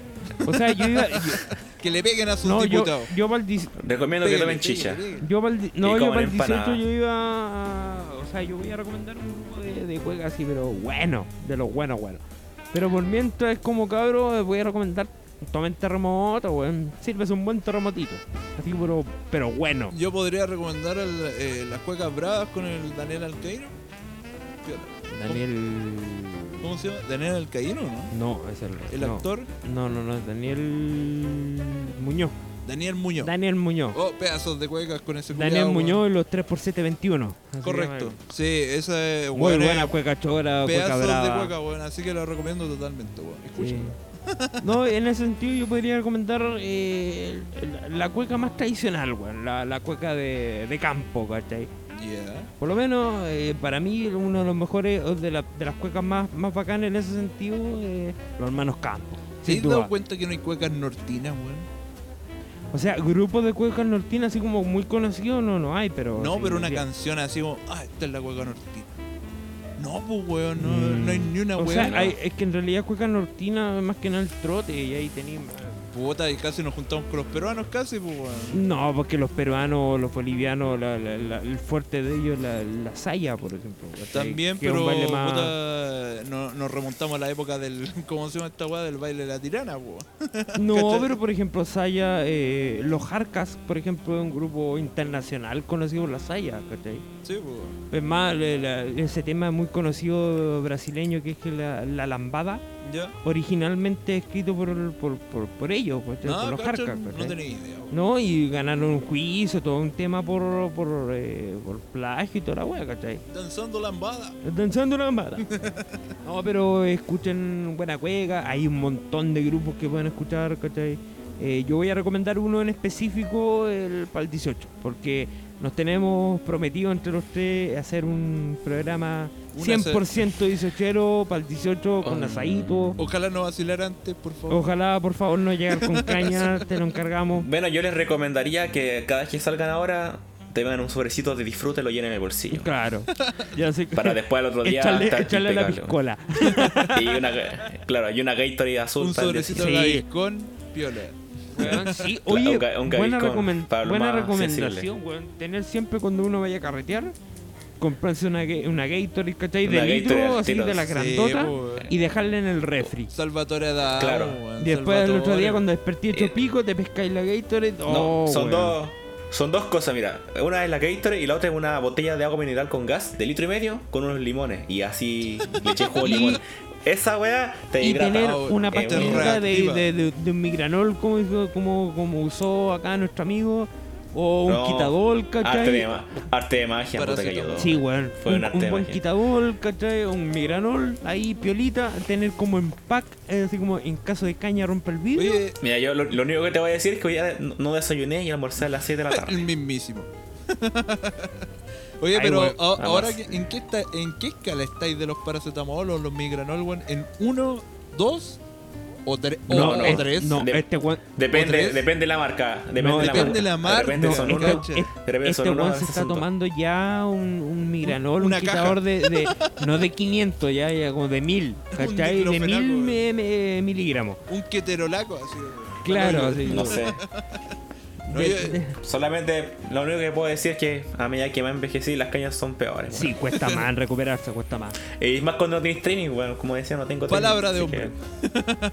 O sea, yo iba. yo-
Que le peguen a sus
no, yo,
diputados.
yo para el 10
Recomiendo que
Pégale, pégale,
tomen chicha.
pégale.
Yo pa'l di- no,
Y
yo
comen
para el 18
empanadas.
yo iba. a- O sea, yo voy a recomendar un grupo de, de cueca así, pero bueno, de los buenos, bueno. Pero por mientras es como cabro, eh, voy a recomendar. Tomen terremoto, weón. Sírvese un buen terremotito. Así, pero, pero bueno.
Yo podría recomendar el, eh, las cuecas bravas con el Daniel Alcaíno. Piola.
Daniel.
¿Cómo se llama? Daniel Alcaíno, ¿no?
No, es el.
El
no.
actor
No, no, no, Daniel. Muñoz.
Daniel Muñoz.
Daniel Muñoz.
Oh, pedazos de cuecas con ese
Daniel
culiao,
Muñoz
weón.
y los 3x721. Así que,
Correcto.
bueno,
Sí, esa es
Muy
weón,
buena
es
cueca chora, cueca
Pedazos de
brava.
cueca, weón. Así que lo recomiendo totalmente, weón.
Sí.
Escúchenlo.
Eh, No, en ese sentido yo podría recomendar eh, la- la cueca más tradicional, weón, la, la cueca de, de campo, ¿cachai?
Yeah.
Por lo menos eh, para mí uno de los mejores, o de, la- de las cuecas más, más bacanas en ese sentido, eh, los hermanos Campos.
¿Se
sin
han
duda.
dado cuenta que no pues. hay cuecas nortinas, weón?
O sea, grupos de cuecas nortinas así como muy conocidos no, no hay, pero...
No,
Oh, sí,
pero una
sí.
canción así como, ah, esta es la cueca nortina. No, pues, weón, no,
Mm.
no hay ni una
O
weón.
sea, hay- es que en realidad cuecas nortinas más que nada el trote y ahí teníamos...
Puta, y casi nos juntamos con los peruanos, casi, pues, weón.
No, porque los peruanos, los bolivianos, la- la- la- el fuerte de ellos, la, la saya, por ejemplo. ¿cachai?
También,
Que es
pero
un baile más-
puta, no- nos remontamos a la época del, ¿cómo se llama esta weá? Del baile de la tirana, pues.
No,
¿cachai?
pero por ejemplo, saya, eh, los jarcas, por ejemplo, es un grupo internacional conocido por la saya, ¿cachai?
Sí, pues. weón.
Es más, le- la- ese tema muy conocido brasileño que es que la, la lambada,
¿Ya?
originalmente escrito por, por, por, por ellos, ¿cachai? por
No,
los
cacho,
jarcas.
no
¿cachai?
tenía idea, weón.
No, y ganaron un juicio, todo un tema por, por, eh, por plagio y toda la wea, ¿cachai?
Danzando lambada.
Danzando la mala. No, pero escuchen Buena Cueca. Hay un montón de grupos que pueden escuchar, ¿cachai? Eh, yo voy a recomendar uno en específico el, para el 18, porque nos tenemos prometido entre los tres hacer un programa
Una
100% 18 para el 18 con
Oh.
asadito.
Ojalá no vacilar antes, por favor.
Ojalá, por favor, no llegar con caña, te lo encargamos.
Bueno, yo les recomendaría que cada vez que salgan ahora, tengan un sobrecito de disfrute y lo llenen en el bolsillo.
Claro. Ya sé que-
Para después al otro día
echarle,
estar
echarle la
impecable.
piscola.
Y una, claro, y una Gatorade azul
Un
para el
sobrecito
Sí.
de Gaviscon, piola.
Weón, sí.
Claro,
Oye,
un ga- un
buena,
gaviscón
recomen-
para lo
buena
más
recomendación,
sensible.
weón. Tener siempre cuando uno vaya a carretear, comprarse una, ga- una Gatorade, ¿cachai? De
Una Gatorade
litro,
al
así
tiro.
de la
Sí,
grandota,
weón.
y dejarla en el refri.
Salvatore da.
Claro.
Después, el otro día, cuando despertí hecho
Eh,
pico, te pescáis la Gatorade.
No,
Oh,
son
weón.
dos. Son dos cosas, mira. Una es la Gatorade y la otra es una botella de agua mineral con gas de litro y medio con unos limones. Y así le eché jugo de limón. Esa weá te
Y
hidrata.
tener
weón.
una
Ah, Es una
pastillita de,
reactiva.
de, de- de un migranol como, hizo- como, como usó acá nuestro amigo, o un
No,
quitadol,
Arte de,
¿cachai?
ma- arte de magia, puta que ayudó.
Sí, weón.
Fue un
un,
arte
un
de
buen
magia.
quitadol, ¿cachai? Un migranol, ahí piolita, tener como en pack, eh, así como en caso de caña rompe el vidrio.
Oye,
Mira, yo lo, lo único que te voy a decir es que hoy ya no no desayuné y almorcé a las 6 de la
el
tarde.
mismísimo. Oye,
Ay,
pero
weón,
a-
nada
ahora,
más.
que- ¿en qué, está, ¿en qué escala estáis de los paracetamol o los migranol, weón? ¿En uno, dos o, tre- o-
No,
o
no,
es-
tres?
no,
De-
este weón.
Depende,
¿Tres?
depende de la marca. Depende,
No,
de, la
depende la
marca. De repente
marca,
son
no,
uno.
cacha.
este,
de repente
este
son uno, a
weón se
veces
está
son dos.
tomando ya un, un migranol, un
Una caja.
quitador de, de- no de 500, ya, ya como de 1000, ¿cachai? De
diclofenaco,
1000
weón.
me- me- eh, miligramos.
Un queterolaco, así. weón.
Claro,
No, yo-
así.
No sé.
No,
De-
yo-
de-
Solamente lo único que puedo decir es que a medida que más envejecí, las cañas son peores.
Sí, cuesta más recuperarse, cuesta más.
Y más cuando no tienes training, bueno, como decía, no tengo training.
Palabra de
así que-
hombre.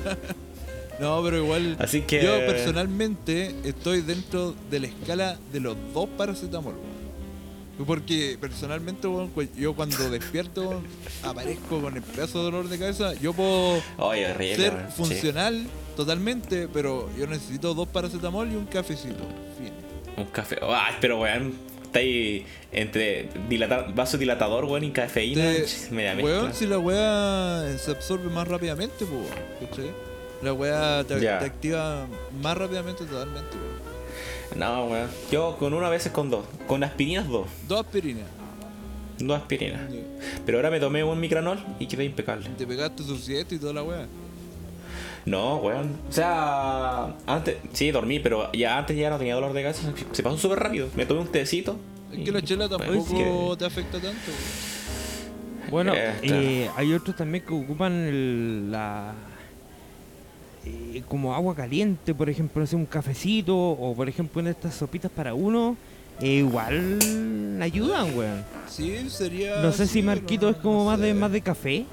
No, pero igual.
Así que-
Yo personalmente estoy dentro de la escala de los dos paracetamol, weón. Porque personalmente, weón, cu- yo cuando despierto, weón, aparezco con el pedazo de dolor de cabeza. Yo puedo
Oye, horrible,
ser
weón. Sí.
funcional totalmente, pero yo necesito dos paracetamol y un cafecito. Fin.
Un café. Ah, pero weón, está ahí entre dilata- vaso dilatador, weón, y cafeína.
Te-
ch, media
weón,
mezcla.
si la weá se absorbe más rápidamente, pues, weón, ¿cachai? La weá te,
Ya.
te activa más rápidamente totalmente, weón.
No, weón. Yo con uno a veces con dos. Con aspirinas dos.
Dos aspirinas.
Dos aspirinas. Pero ahora me tomé un micranol y quedé impecable.
Te pegaste su siesta y toda la weá.
No, weón. O sea, antes, sí, dormí, pero ya antes ya no tenía dolor de cabeza. Se pasó súper rápido. Me tomé un tecito.
Es
y-
que la chela
pues,
bueno,
tampoco
que-
te afecta tanto, weón.
Bueno,
Eh,
eh, hay otros también que ocupan el- la eh, como agua caliente, por ejemplo, hacer un cafecito o por ejemplo en estas sopitas para uno, eh, igual ayudan, weón.
Sí, sería.
No sé
sí,
si Marquito
no-
es como
no
más de
sé.
más de café,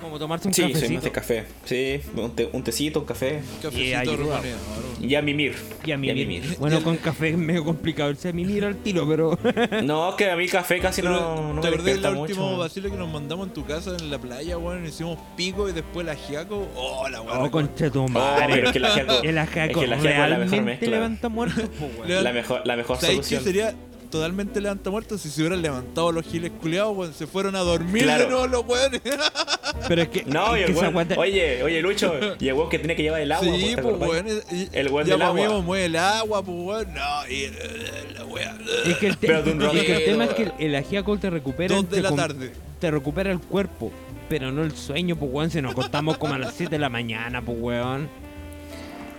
como tomarse un
Sí,
cafecito.
soy más de café. Sí, un, te- un tecito, un café.
Eh,
Cafecito
ayuda.
remoneado, weón.
Y a mimir.
Y a mimir.
mimir.
Bueno, con café es medio complicado irse a mimir al tiro, pero
No, que a mí el café casi no, no
¿Te acordás del
me despierta
último
mucho.
vacilo que nos mandamos en tu casa en la playa, weón? Hicimos pico y después la giaco. Oh, la weá.
oh, concha tu
Ah,
madre.
pero es que la ajiaco,
el
es
ajaco
que el ajiaco es la mejor
realmente
mezcla.
levanta muertos, po, weón.
La mejor, la mejor
¿Sabes qué
solución.
sería totalmente levanta muertos si se hubieran levantado los giles culiados, weón? Se fueron a dormir
Claro.
de nuevo los weones.
Pero es que
No, y
es
el
que esa
weón-
guata-
oye, oye, Lucho, y el weón que tiene que llevar el agua.
sí,
po,
pues
¿te acordás?
weón. y-
El weón
ya
del
pues, amigo,
agua.
mueve el agua, pues weón. No, y eh, la weá.
Es que el, te-
Pero de un
es que el
ratito,
tema es que el,
weón.
el ajíaco te recupera.
Dos de
entre
la
com-
tarde.
Te recupera el cuerpo, pero no el sueño, pues weón. Si nos acostamos como a las 7 de la mañana, pues weón.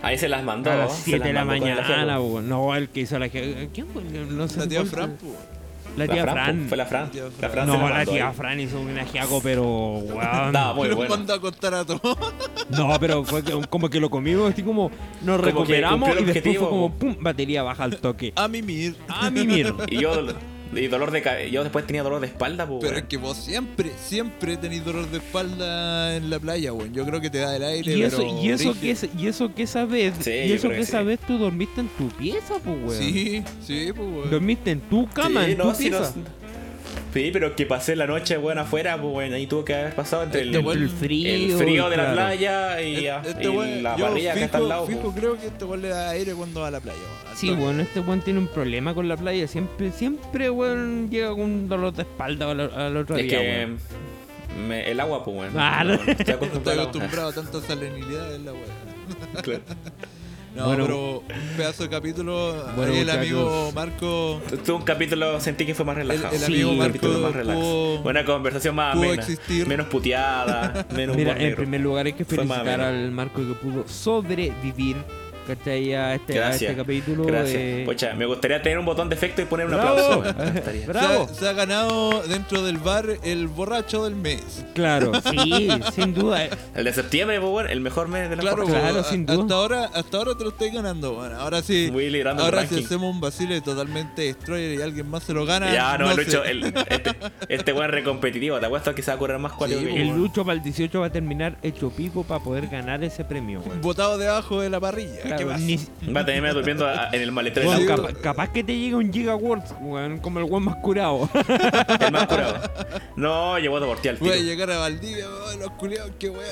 Ahí se las mandó.
A
¿eh?
las
Se
7 de la
mandó con el
mañana,
ajiaco.
weón. No, el que hizo el ajíaco. ¿Quién, weón? No sé
La
si
tía
fue-
Fran, pues. weón.
La tía
po,
Fran.
Fue la Fran.
La tía Fran.
La Fran se
No, la
mandó
tía
ahí.
Fran hizo un ajíaco, pero weón.
Estaba muy
Los
bueno.
mando a acostar a todos.
No, pero fue que- como que lo comimos, así como nos
que
recuperamos
cumplió el
y después fue
objetivo, Ah,
como
po.
pum, batería baja al toque.
A mimir.
A mimir.
Y yo, y dolor de cabe- yo después tenía dolor de espalda, pues.
Pero es que vos siempre, siempre tenés dolor de espalda en la playa, weón. Yo creo que te da el aire.
Y eso,
pero
y eso
brígido.
que esa- y eso que esa vez,
Sí,
y
yo
eso
creo
que
que
esa
sí.
vez tú dormiste en tu pieza, pues weón.
Sí, sí, pues weón.
Dormiste en tu cama,
Sí,
en tu
no, sí, no-
pieza.
Sí, pero que pasé la noche, weón, afuera, pues, weón, ahí tuvo que haber pasado entre el,
Este weón-
el
el
frío,
el frío de la
claro.
playa y,
Este
y
weón,
la
yo
parrilla que está al
fijo-
lado.
fijo
pues.
creo que este weón le da aire cuando va a la playa, weón. Al
Sí,
toque.
bueno, este weón tiene un problema con la playa. Siempre, siempre, weón, llega con un dolor de espalda al, al otro
Es
día.
que
weón.
me- el agua, pues, weón.
Ah, no.
estoy
No estoy
acostumbrado.
acostumbrado a tanta salinidad en la weá.
Claro.
No,
Bueno.
pero un pedazo de capítulo.
Bueno,
ahí el
muchachos.
amigo Marco
Tuve un capítulo, sentí que fue más relajado.
el
Sí, amigo
un
Marco
capítulo más relax.
pudo-
Una conversación más
pudo
amena.
existir.
Menos puteada, menos
Mira,
humor
en
negro.
primer lugar hay que
Fue más
felicitar
ameno.
al Marco que pudo sobrevivir ¿cachai? a este, a
Gracias.
este capítulo.
Gracias.
eh,
Pocha, me gustaría tener un botón de efecto y poner un
¡Bravo!
aplauso. weón. Me gustaría.
se
¡Bravo!
ha, se ha ganado dentro del bar el borracho del mes.
Claro, sí, sin duda. eh.
El de septiembre, pues, weón, el mejor mes de la
Claro,
jornada.
claro,
a-
sin duda.
hasta ahora, hasta ahora te lo estáis ganando, bueno, ahora sí,
Voy liderando el
ahora si
ranking.
hacemos un vacile totalmente destroyer y alguien más se lo gana,
Ya, no,
sé.
Lucho, el, este, este weón es recompetitivo. Te apuesto que se va a correr más cuatro
Sí,
que
El
yo.
Lucho para el 18 va a terminar hecho pico para poder ganar ese premio, güey.
botado debajo de la parrilla, ¿qué
Claro,
pasa?
ni-
Va a tenerme durmiendo a- en el maletero
Bueno,
del
Sí.
auto.
capa- capaz que te llegue un Giga Awards, weón, como el weón más curado.
El más curado. No, llevó a ti al
Voy a
tiro.
llegar a Valdivia, weón, los culiados, qué weón.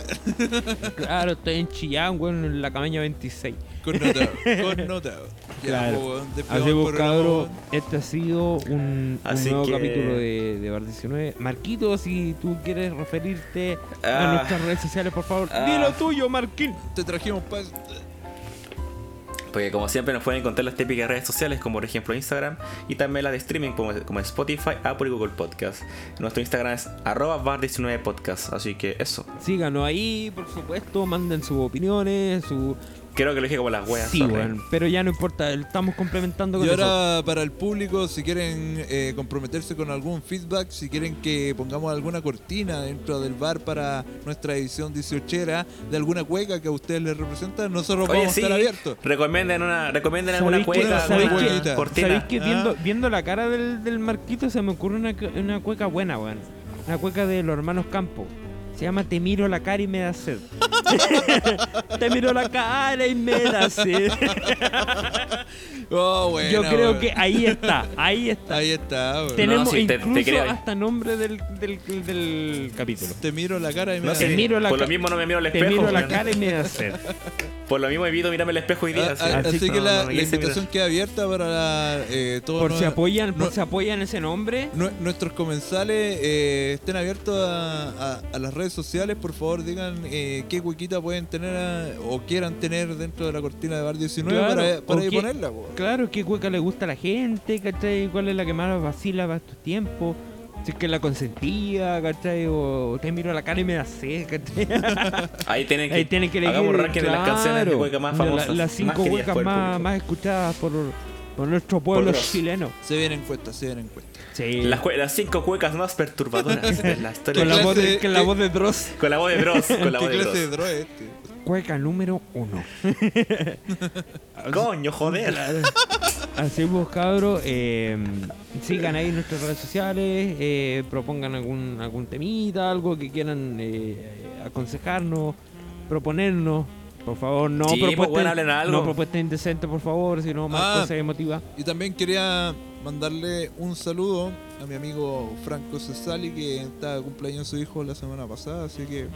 claro, estoy en Chillán, weón, en la cabaña 26.
Connotado, connotado. Ya,
Claro.
po, weón, despegamos
Así
el
pues,
programa,
cabros,
weón.
este ha sido un, un
Así
nuevo
que-
capítulo de, de Bar 19. Marquito, si tú quieres referirte a
Ah.
nuestras redes sociales, por favor,
Ah.
dilo tuyo, Marquín.
Te trajimos pa...
Porque como siempre nos pueden encontrar las típicas redes sociales como por ejemplo Instagram y también las de streaming como, como Spotify, Apple y Google Podcast. Nuestro Instagram es arroba bar19podcast, así que eso.
Síganos ahí, por supuesto, manden sus opiniones, su...
Creo que lo dije como las weas.
sí,
sorry.
weón, pero ya no importa, estamos complementando con
Y
eso.
ahora para el público, si quieren eh, comprometerse con algún feedback, si quieren que pongamos alguna cortina dentro del bar para nuestra edición 18 de alguna cueca que a ustedes les representa, nosotros
Oye,
vamos
sí,
a estar abiertos.
recomienden, una, recomienden alguna
¿Sabéis que-
cueca,
sabéis
alguna
que-
buena cortina.
¿Sabéis que
Ah.
viendo, viendo la cara del, del Marquito se me ocurre una, cu- una cueca buena, weón? Una cueca de los hermanos Campo. Se llama Te miro la cara y me da sed. Te miro la cara y me da sed.
Oh, buena,
Yo creo
weón.
que ahí está, ahí está.
Ahí está, weón.
Tenemos
sí, te- te
incluso
creo.
hasta nombre del, del, del capítulo.
Te miro la cara y me
No
da-
sé,
Te miro la
por lo
ca-
mismo no me miro al
Te
espejo.
miro la
weón.
cara y me da sed.
Por lo mismo evito mirarme al espejo hoy día.
Ah,
sí.
ah,
así
así
que
que
no,
la,
no me
la
quise
invitación queda abierta para la, eh, todos
Por si
nue-
apoyan, por
nue-
si apoyan ese nombre.
nue- nuestros comensales eh, estén abiertos a, a- a las redes sociales. Por favor, digan eh, qué huequita pueden tener a- o quieran tener dentro de la cortina de Bar 19
Claro,
para, para
o
ahí
qué-
ponerla. po.
Claro, qué cueca le gusta a la gente, ¿cachai? ¿Cuál es la que más vacila para estos tiempos? Si es que la consentía, ¿cachai? O te miro a la cara y me da sed, ¿cachai?
Ahí tienen que,
Ahí tienen que elegir.
hagamos un ranking de las
claro,
canciones de cueca más
de la-
famosas.
las
más
cinco
queridas
cuecas
por el
más,
público.
más escuchadas por, por nuestro pueblo
los-
chileno.
Se vienen encuestas, se vienen encuestas.
Sí.
Las, cue- las cinco cuecas más perturbadoras de la historia.
con, la
clase-
voz de, con la
¿qué-
voz de Dross.
Con la voz de Dross. Con la
¿Qué
voz de
clase de
Dross.
droga es este?
Cueca número uno.
Coño, joder.
Así pues, cabros, eh, sigan ahí nuestras redes sociales, eh, propongan algún, algún temita, algo que quieran eh, aconsejarnos, proponernos. Por favor, no
Sí, pues,
propuestas,
bueno, hablen algo.
no propuestas indecentes, por favor, sino más
Ah.
cosas emotivas.
Y también quería mandarle un saludo a mi amigo Franco Cesali que está de cumpleaños su hijo la semana pasada. Así que,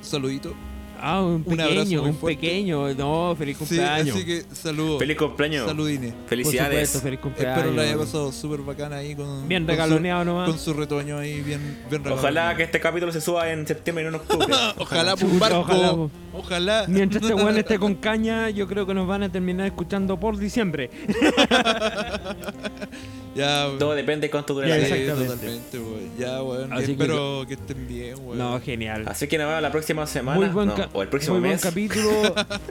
saludito.
Ah, un
abrazo
pequeño,
muy
un
fuerte.
pequeño, no, feliz cumpleaños.
Sí, así que saludos.
Feliz cumpleaños.
Saludines.
Por
Felicidades.
supuesto, feliz cumpleaños.
Espero lo haya pasado súper bacana ahí con.
Bien
con su-
regaloneado
Con
nomás.
su retoño ahí, bien, bien
Ojalá
regaloneado.
que este capítulo se suba en septiembre y no en octubre.
Ojalá por un
Chuta,
barco.
ojalá, pues.
Ojalá.
po. Mientras este weón esté con caña, yo creo que nos van a terminar escuchando por diciembre.
Ya,
Todo depende de cuánto dure
Ya,
la
sí,
serie.
exactamente.
totalmente, weón. Ya, weón.
Así que-
Espero que... estén bien, weón.
No, genial.
Así que nos vemos la próxima semana.
Muy buen,
no,
ca-
o el próximo
muy buen
mes.
capítulo.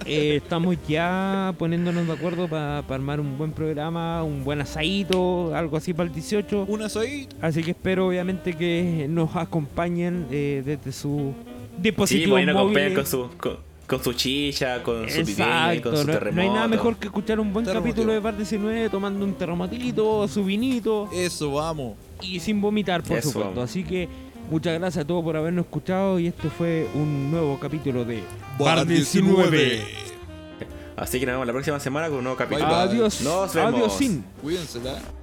Eh, estamos ya poniéndonos de acuerdo para armar un buen programa, un buen asadito, algo así para el 18.
Una soy.
Así que espero obviamente que nos acompañen eh, desde su
sí,
dispositivo
pues ahí nos acompañan
móvil.
con su, con, con su chicha, con su vivienda,
Exacto,
con su
no,
terremoto.
no hay nada mejor que escuchar un buen
Terremoto.
capítulo de Bar 19 tomando un terrematito, su vinito
Eso, vamos.
y sin vomitar, por
Eso.
supuesto. Así que muchas gracias a todos por habernos escuchado y esto fue un nuevo capítulo de Bar 19.
Así que nos vemos la próxima semana con un nuevo capítulo.
Bye, bye.
Adiós.
Nos vemos.
Adiós, sin.
Cuídense, ¿eh? la.